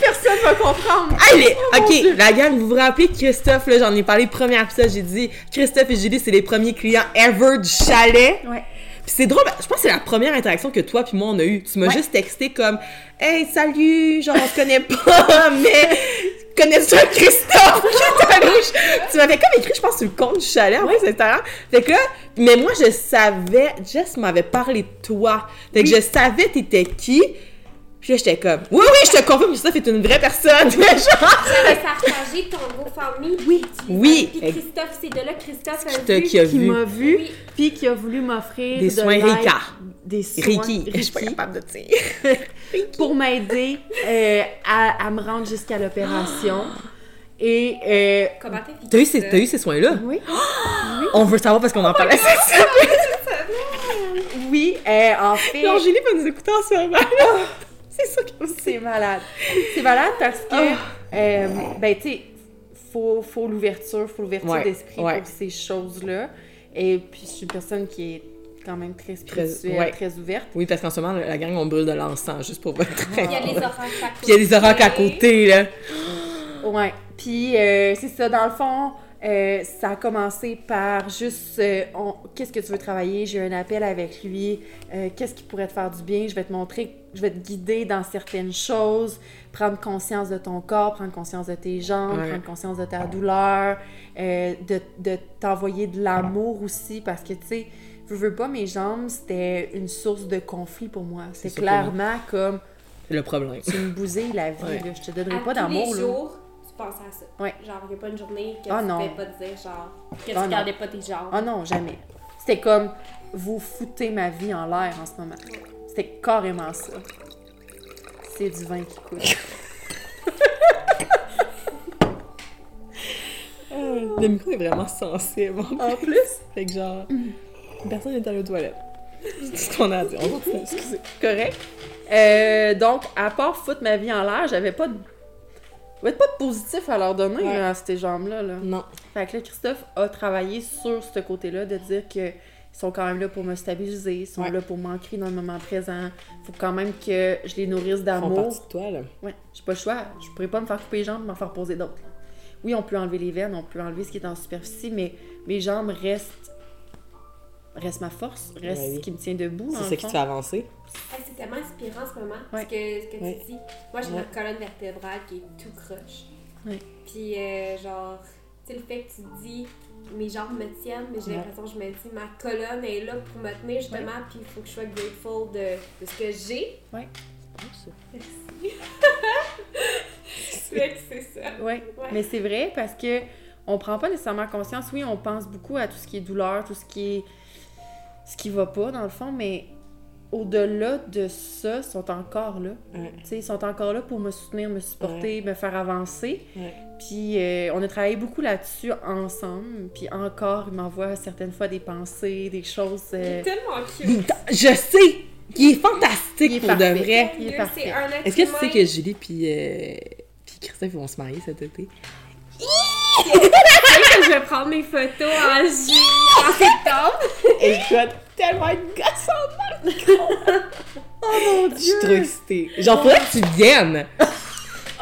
Personne va comprendre!
Allez, ok, la gang, vous vous rappelez de Christophe, là, j'en ai parlé premier épisode, j'ai dit Christophe et Julie, c'est les premiers clients ever du chalet.
Ouais.
Puis c'est drôle, je pense que c'est la première interaction que toi puis moi on a eue. Tu m'as juste texté comme Hey, salut, genre on se connaît pas, <laughs> mais connais-tu un Christophe qui est allé au- Tu m'avais comme écrit, je pense, sur le compte du chalet, en plus, Instagram. Fait que là, mais moi je savais, Jess m'avait parlé de toi. Fait que je savais t'étais qui. Puis Puis là, j'étais comme, oui, oui, je te confirme, Youssef est une vraie personne. <laughs> Genre,
J'avais partagé ton GoFundMe. Oui.
Oui.
Puis Christophe, c'est de là que Christophe a
qui t'a-
vu.
qui a
qui
vu
m'a vu, puis qui a voulu m'offrir
des
de
soins
l'aide,
Rika.
des soins
Ricky. Je suis pas
Ricky,
capable de dire.
pour m'aider euh, à, à me rendre jusqu'à l'opération. Et euh,
Comment t'as fait
T'as eu ces, t'as eu ces soins-là?
oui,
On veut savoir parce qu'on en parlait.
oui, euh, en fait,
<laughs> Angélie va nous écouter en survers. C'est ça qu'on sait.
c'est malade. C'est malade parce que,
Oh.
euh, ben, tu sais, faut, faut l'ouverture, faut l'ouverture
Ouais,
d'esprit
ouais.
pour ces choses-là. Et puis, je suis une personne qui est quand même très
Très-
spirituelle, très,
ouais.
ouverte.
Oui, parce qu'en ce moment, la gang, on brûle de l'encens, juste pour votre
Ah. Il y a les oranges à côté.
Puis il y a des oranges à côté, là.
Ouais. Puis euh, c'est ça, dans le fond, euh, ça a commencé par juste euh, on- qu'est-ce que tu veux travailler, j'ai un appel avec lui, euh, qu'est-ce qui pourrait te faire du bien, je vais te montrer, je vais te guider dans certaines choses, prendre conscience de ton corps, prendre conscience de tes jambes,
Ouais.
prendre conscience de ta douleur, euh, de, de t'envoyer de l'amour aussi, parce que tu sais, je veux pas, mes jambes, c'était une source de conflit pour moi. C'est
ça pour moi.
clairement comme
C'est le problème.
tu me bousilles la vie,
Ouais.
là, je te
À
donnerai pas
tous
d'amour.
les
là.
jours, tu penses à ça.
Ouais.
Genre, il n'y a pas une journée que
Ah,
tu
non.
ne pas te dire, genre, que tu
Ah, non.
gardais pas tes jambes.
Ah non, jamais. C'était comme vous foutez ma vie en l'air en ce moment. C'était carrément ça. C'est du vin qui
<laughs>
coule.
<laughs> Le micro est vraiment sensible.
En plus,
Fait que genre,
Mm.
personne n'est allée aux toilettes. <laughs> C'est ce qu'on a dit. On continue, excusez.
correct. Euh, donc, à part foutre ma vie en l'air, j'avais pas de. j'avais pas de positif à leur donner
Ouais.
là, à ces jambes-là. Là.
Non.
Fait que là, Christophe a travaillé sur ce côté-là de dire que ils sont quand même là pour me stabiliser, ils sont
Ouais.
là pour m'ancrer dans le moment présent. Faut quand même que je les nourrisse
Ils font
d'amour.
partie de toi, là.
Ouais, j'ai pas le choix. Je pourrais pas me faire couper les jambes, m'en faire poser d'autres. là. Oui, on peut enlever les veines, on peut enlever ce qui est en superficie, mais mes jambes restent. Reste ma force, reste
Ouais, oui.
ce qui me tient debout.
C'est
en
ça qui te
fond.
fait avancer.
Hey, c'est tellement inspirant en ce moment,
Ouais.
ce que, ce que
Ouais.
tu dis. Moi, j'ai
Ouais.
ma colonne vertébrale qui est tout croche.
Ouais.
Puis, euh, genre, tu sais, le fait que tu te dis, mes jambes me tiennent, mais j'ai
Ouais.
l'impression que je me dis, ma colonne est là pour me tenir justement, puis il faut que je sois grateful de, de ce que j'ai. <laughs> Fait que c'est ça.
Ouais.
Ouais.
Mais c'est vrai parce que on prend pas nécessairement conscience. Oui, on pense beaucoup à tout ce qui est douleur, tout ce qui est ce qui va pas dans le fond, mais au-delà de ça, sont encore là.
Ouais.
Tu sais, ils sont encore là pour me soutenir, me supporter, me faire avancer.
Ouais.
Puis euh, on a travaillé beaucoup là-dessus ensemble. Puis encore, il m'envoie certaines fois des pensées, des choses.
C'est
euh,
tellement cute.
Il- Je sais! Il est fantastique
Il est
pour
parfait.
de vrai.
il est
Mieux,
parfait.
C'est un être
Est-ce que tu sais
humain.
que Julie puis, euh, puis Christophe ils vont se marier cet <laughs> été?
<laughs> je vais prendre mes photos en, ju- en septembre?
Et je vais tellement être gossante! <laughs> Oh
Mon
Je suis trop excitée. Genre, faudrait que tu viennes!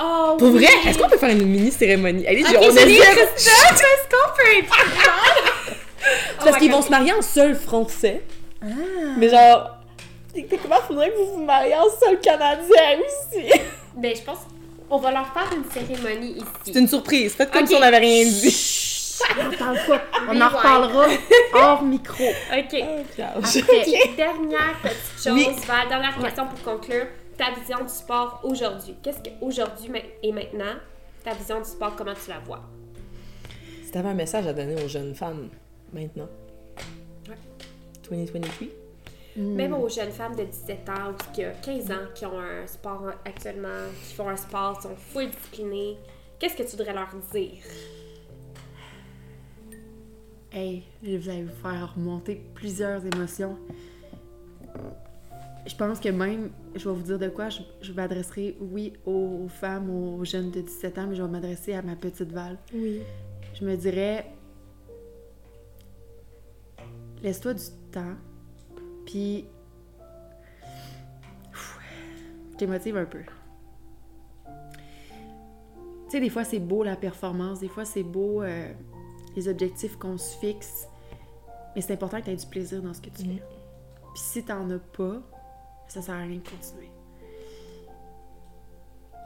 Oh,
Pour vrai,
oui.
est-ce qu'on peut faire une mini cérémonie? Allez,
Ok,
on
Julie,
essaie-
Christophe, <laughs> est-ce qu'on peut
<laughs>
être Oh
C'est Parce qu'ils vont se marier en seul français.
Ah.
Mais genre, techniquement, faudrait que vous vous mariez en seul canadien aussi.
Ben, je pense qu'on va leur faire une cérémonie
C'est
ici.
une surprise. Faites comme
Ok.
si on n'avait rien dit. <laughs>
On en reparlera hors micro.
OK.
Après.
Ah, Ok, Dernière petite chose,
Oui.
Val, dernière question pour conclure. Ta vision du sport aujourd'hui. Qu'est-ce qu'aujourd'hui et maintenant, ta vision du sport, comment tu la vois?
Si t'avais un message à donner aux jeunes femmes maintenant.
Ouais.
2023. Hmm.
Même aux jeunes femmes de 17 ans ou qui ont 15 ans qui ont un sport actuellement, qui font un sport, sont full disciplinées, qu'est-ce que tu voudrais leur dire?
Hey, je vous allez vous faire remonter plusieurs émotions. Je pense que même, je vais vous dire de quoi, je, je m'adresserai, oui, aux, aux femmes, aux jeunes de 17 ans, mais je vais m'adresser à ma petite Val. Oui. Je me dirais, laisse-toi du temps, puis. Ouf, Je t'émotive un peu. Tu sais, des fois, c'est beau la performance, des fois, c'est beau. euh, les objectifs qu'on se fixe. Mais c'est important que tu aies du plaisir dans ce que tu fais. Puis si t'en as pas, ça sert à rien de continuer.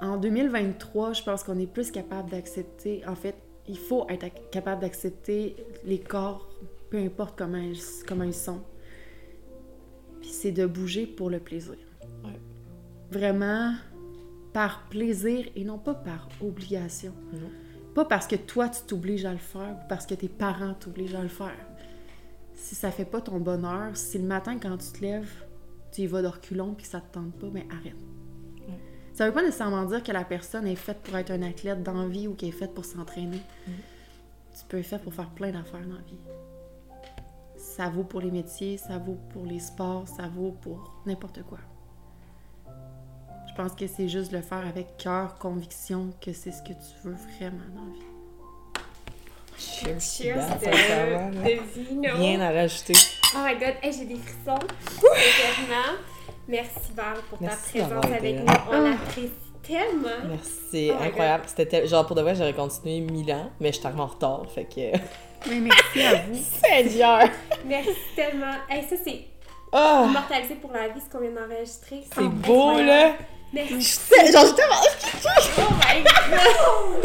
En 2023, je pense qu'on est plus capable d'accepter. En fait, il faut être ac- capable d'accepter les corps, peu importe comment ils, comment ils sont. Puis c'est de bouger pour le plaisir.
Ouais.
vraiment par plaisir et non pas par obligation. Pas parce que toi, tu t'obliges à le faire ou parce que tes parents t'obligent à le faire. Si ça fait pas ton bonheur, si le matin, quand tu te lèves, tu y vas de reculons puis que ça te tente pas, mais arrête. Ça veut pas nécessairement dire que la personne est faite pour être un athlète dans la vie ou qu'elle est faite pour s'entraîner. Tu peux être faite pour faire plein d'affaires dans la vie. Ça vaut pour les métiers, ça vaut pour les sports, ça vaut pour n'importe quoi. Je pense que c'est juste le faire avec cœur, conviction que c'est ce que tu veux vraiment dans la vie.
Cheers,
Cheers
Ben, sincèrement,
de, de vino.
Rien à rajouter.
Oh my god, hey, j'ai des frissons. Sincèrement, merci Val pour
Merci
ta présence
d'avoir été
avec
là.
nous. On l'apprécie tellement.
Merci, c'est
Oh my
incroyable. C'était tel- genre pour de vrai, j'aurais continué mille ans, mais j'étais arrivée en retard, fait que. <laughs>
Mais merci à vous.
Seigneur!
Merci tellement. Hey, ça, c'est
Ah!
immortalisé pour la vie, ce qu'on vient d'enregistrer.
c'est beau là!
Merci.
J'étais- Genre j'étais vraiment-
Oh my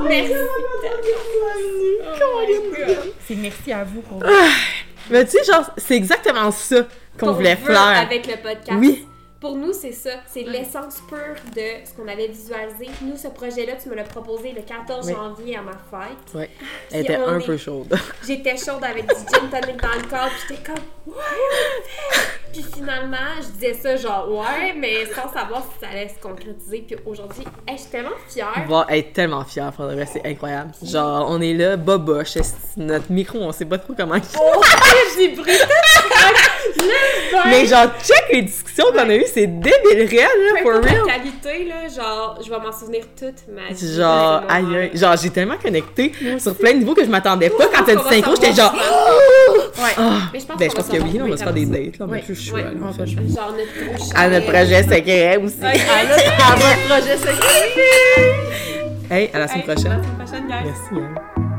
god! Merci. Oh my God.
C'est merci à vous pour
Mais tu sais, genre, c'est exactement ça qu'on
Qu'on
voulait
veut
faire.
Avec le podcast.
Oui.
Pour nous, c'est ça. C'est l'essence pure de ce qu'on avait visualisé. Nous, ce projet-là, tu me l'as proposé le 14
Oui.
janvier à ma fête. <laughs>
Ouais.
Puis
Elle était
on
un
est-
peu chaude.
J'étais chaude avec du gin tonic dans le corps, puis j'étais comme « Ouais, on le fait! » Puis finalement, je disais ça genre « Ouais », mais sans savoir si ça allait se concrétiser. Puis aujourd'hui, hey, je suis tellement fière.
Va être tellement fière, pour de vrai, c'est incroyable. Genre, on est là, boboche, c'est- notre micro, on sait pas trop comment.
Oh,
<laughs>
J'ai brûlé le
Mais genre, check les discussions qu'on a eues, c'est débile réel, là,
Peu
for
importe
real.
la qualité, là, genre, je vais m'en souvenir toute ma vie.
Genre,
à ce
aïe,
moment-là.
aïe. Genre, j'ai tellement connecté sur plein de niveaux que je m'attendais pas. Quand t'as
pense
dit
qu'on va
synchro, j'étais genre.
savoir
Ah!
Mais je pense
Ben, je
qu'on va
pense que
savoir
oui, on va se faire des
rapidement.
dates, là. On a
Oui.
plus le choix,
Ouais,
là,
on
en fait.
Genre, notre projet.
À notre projet secret aussi.
Ouais.
À notre à notre projet secret. Hey, à la semaine prochaine.
prochaine, guys.
Merci, hein.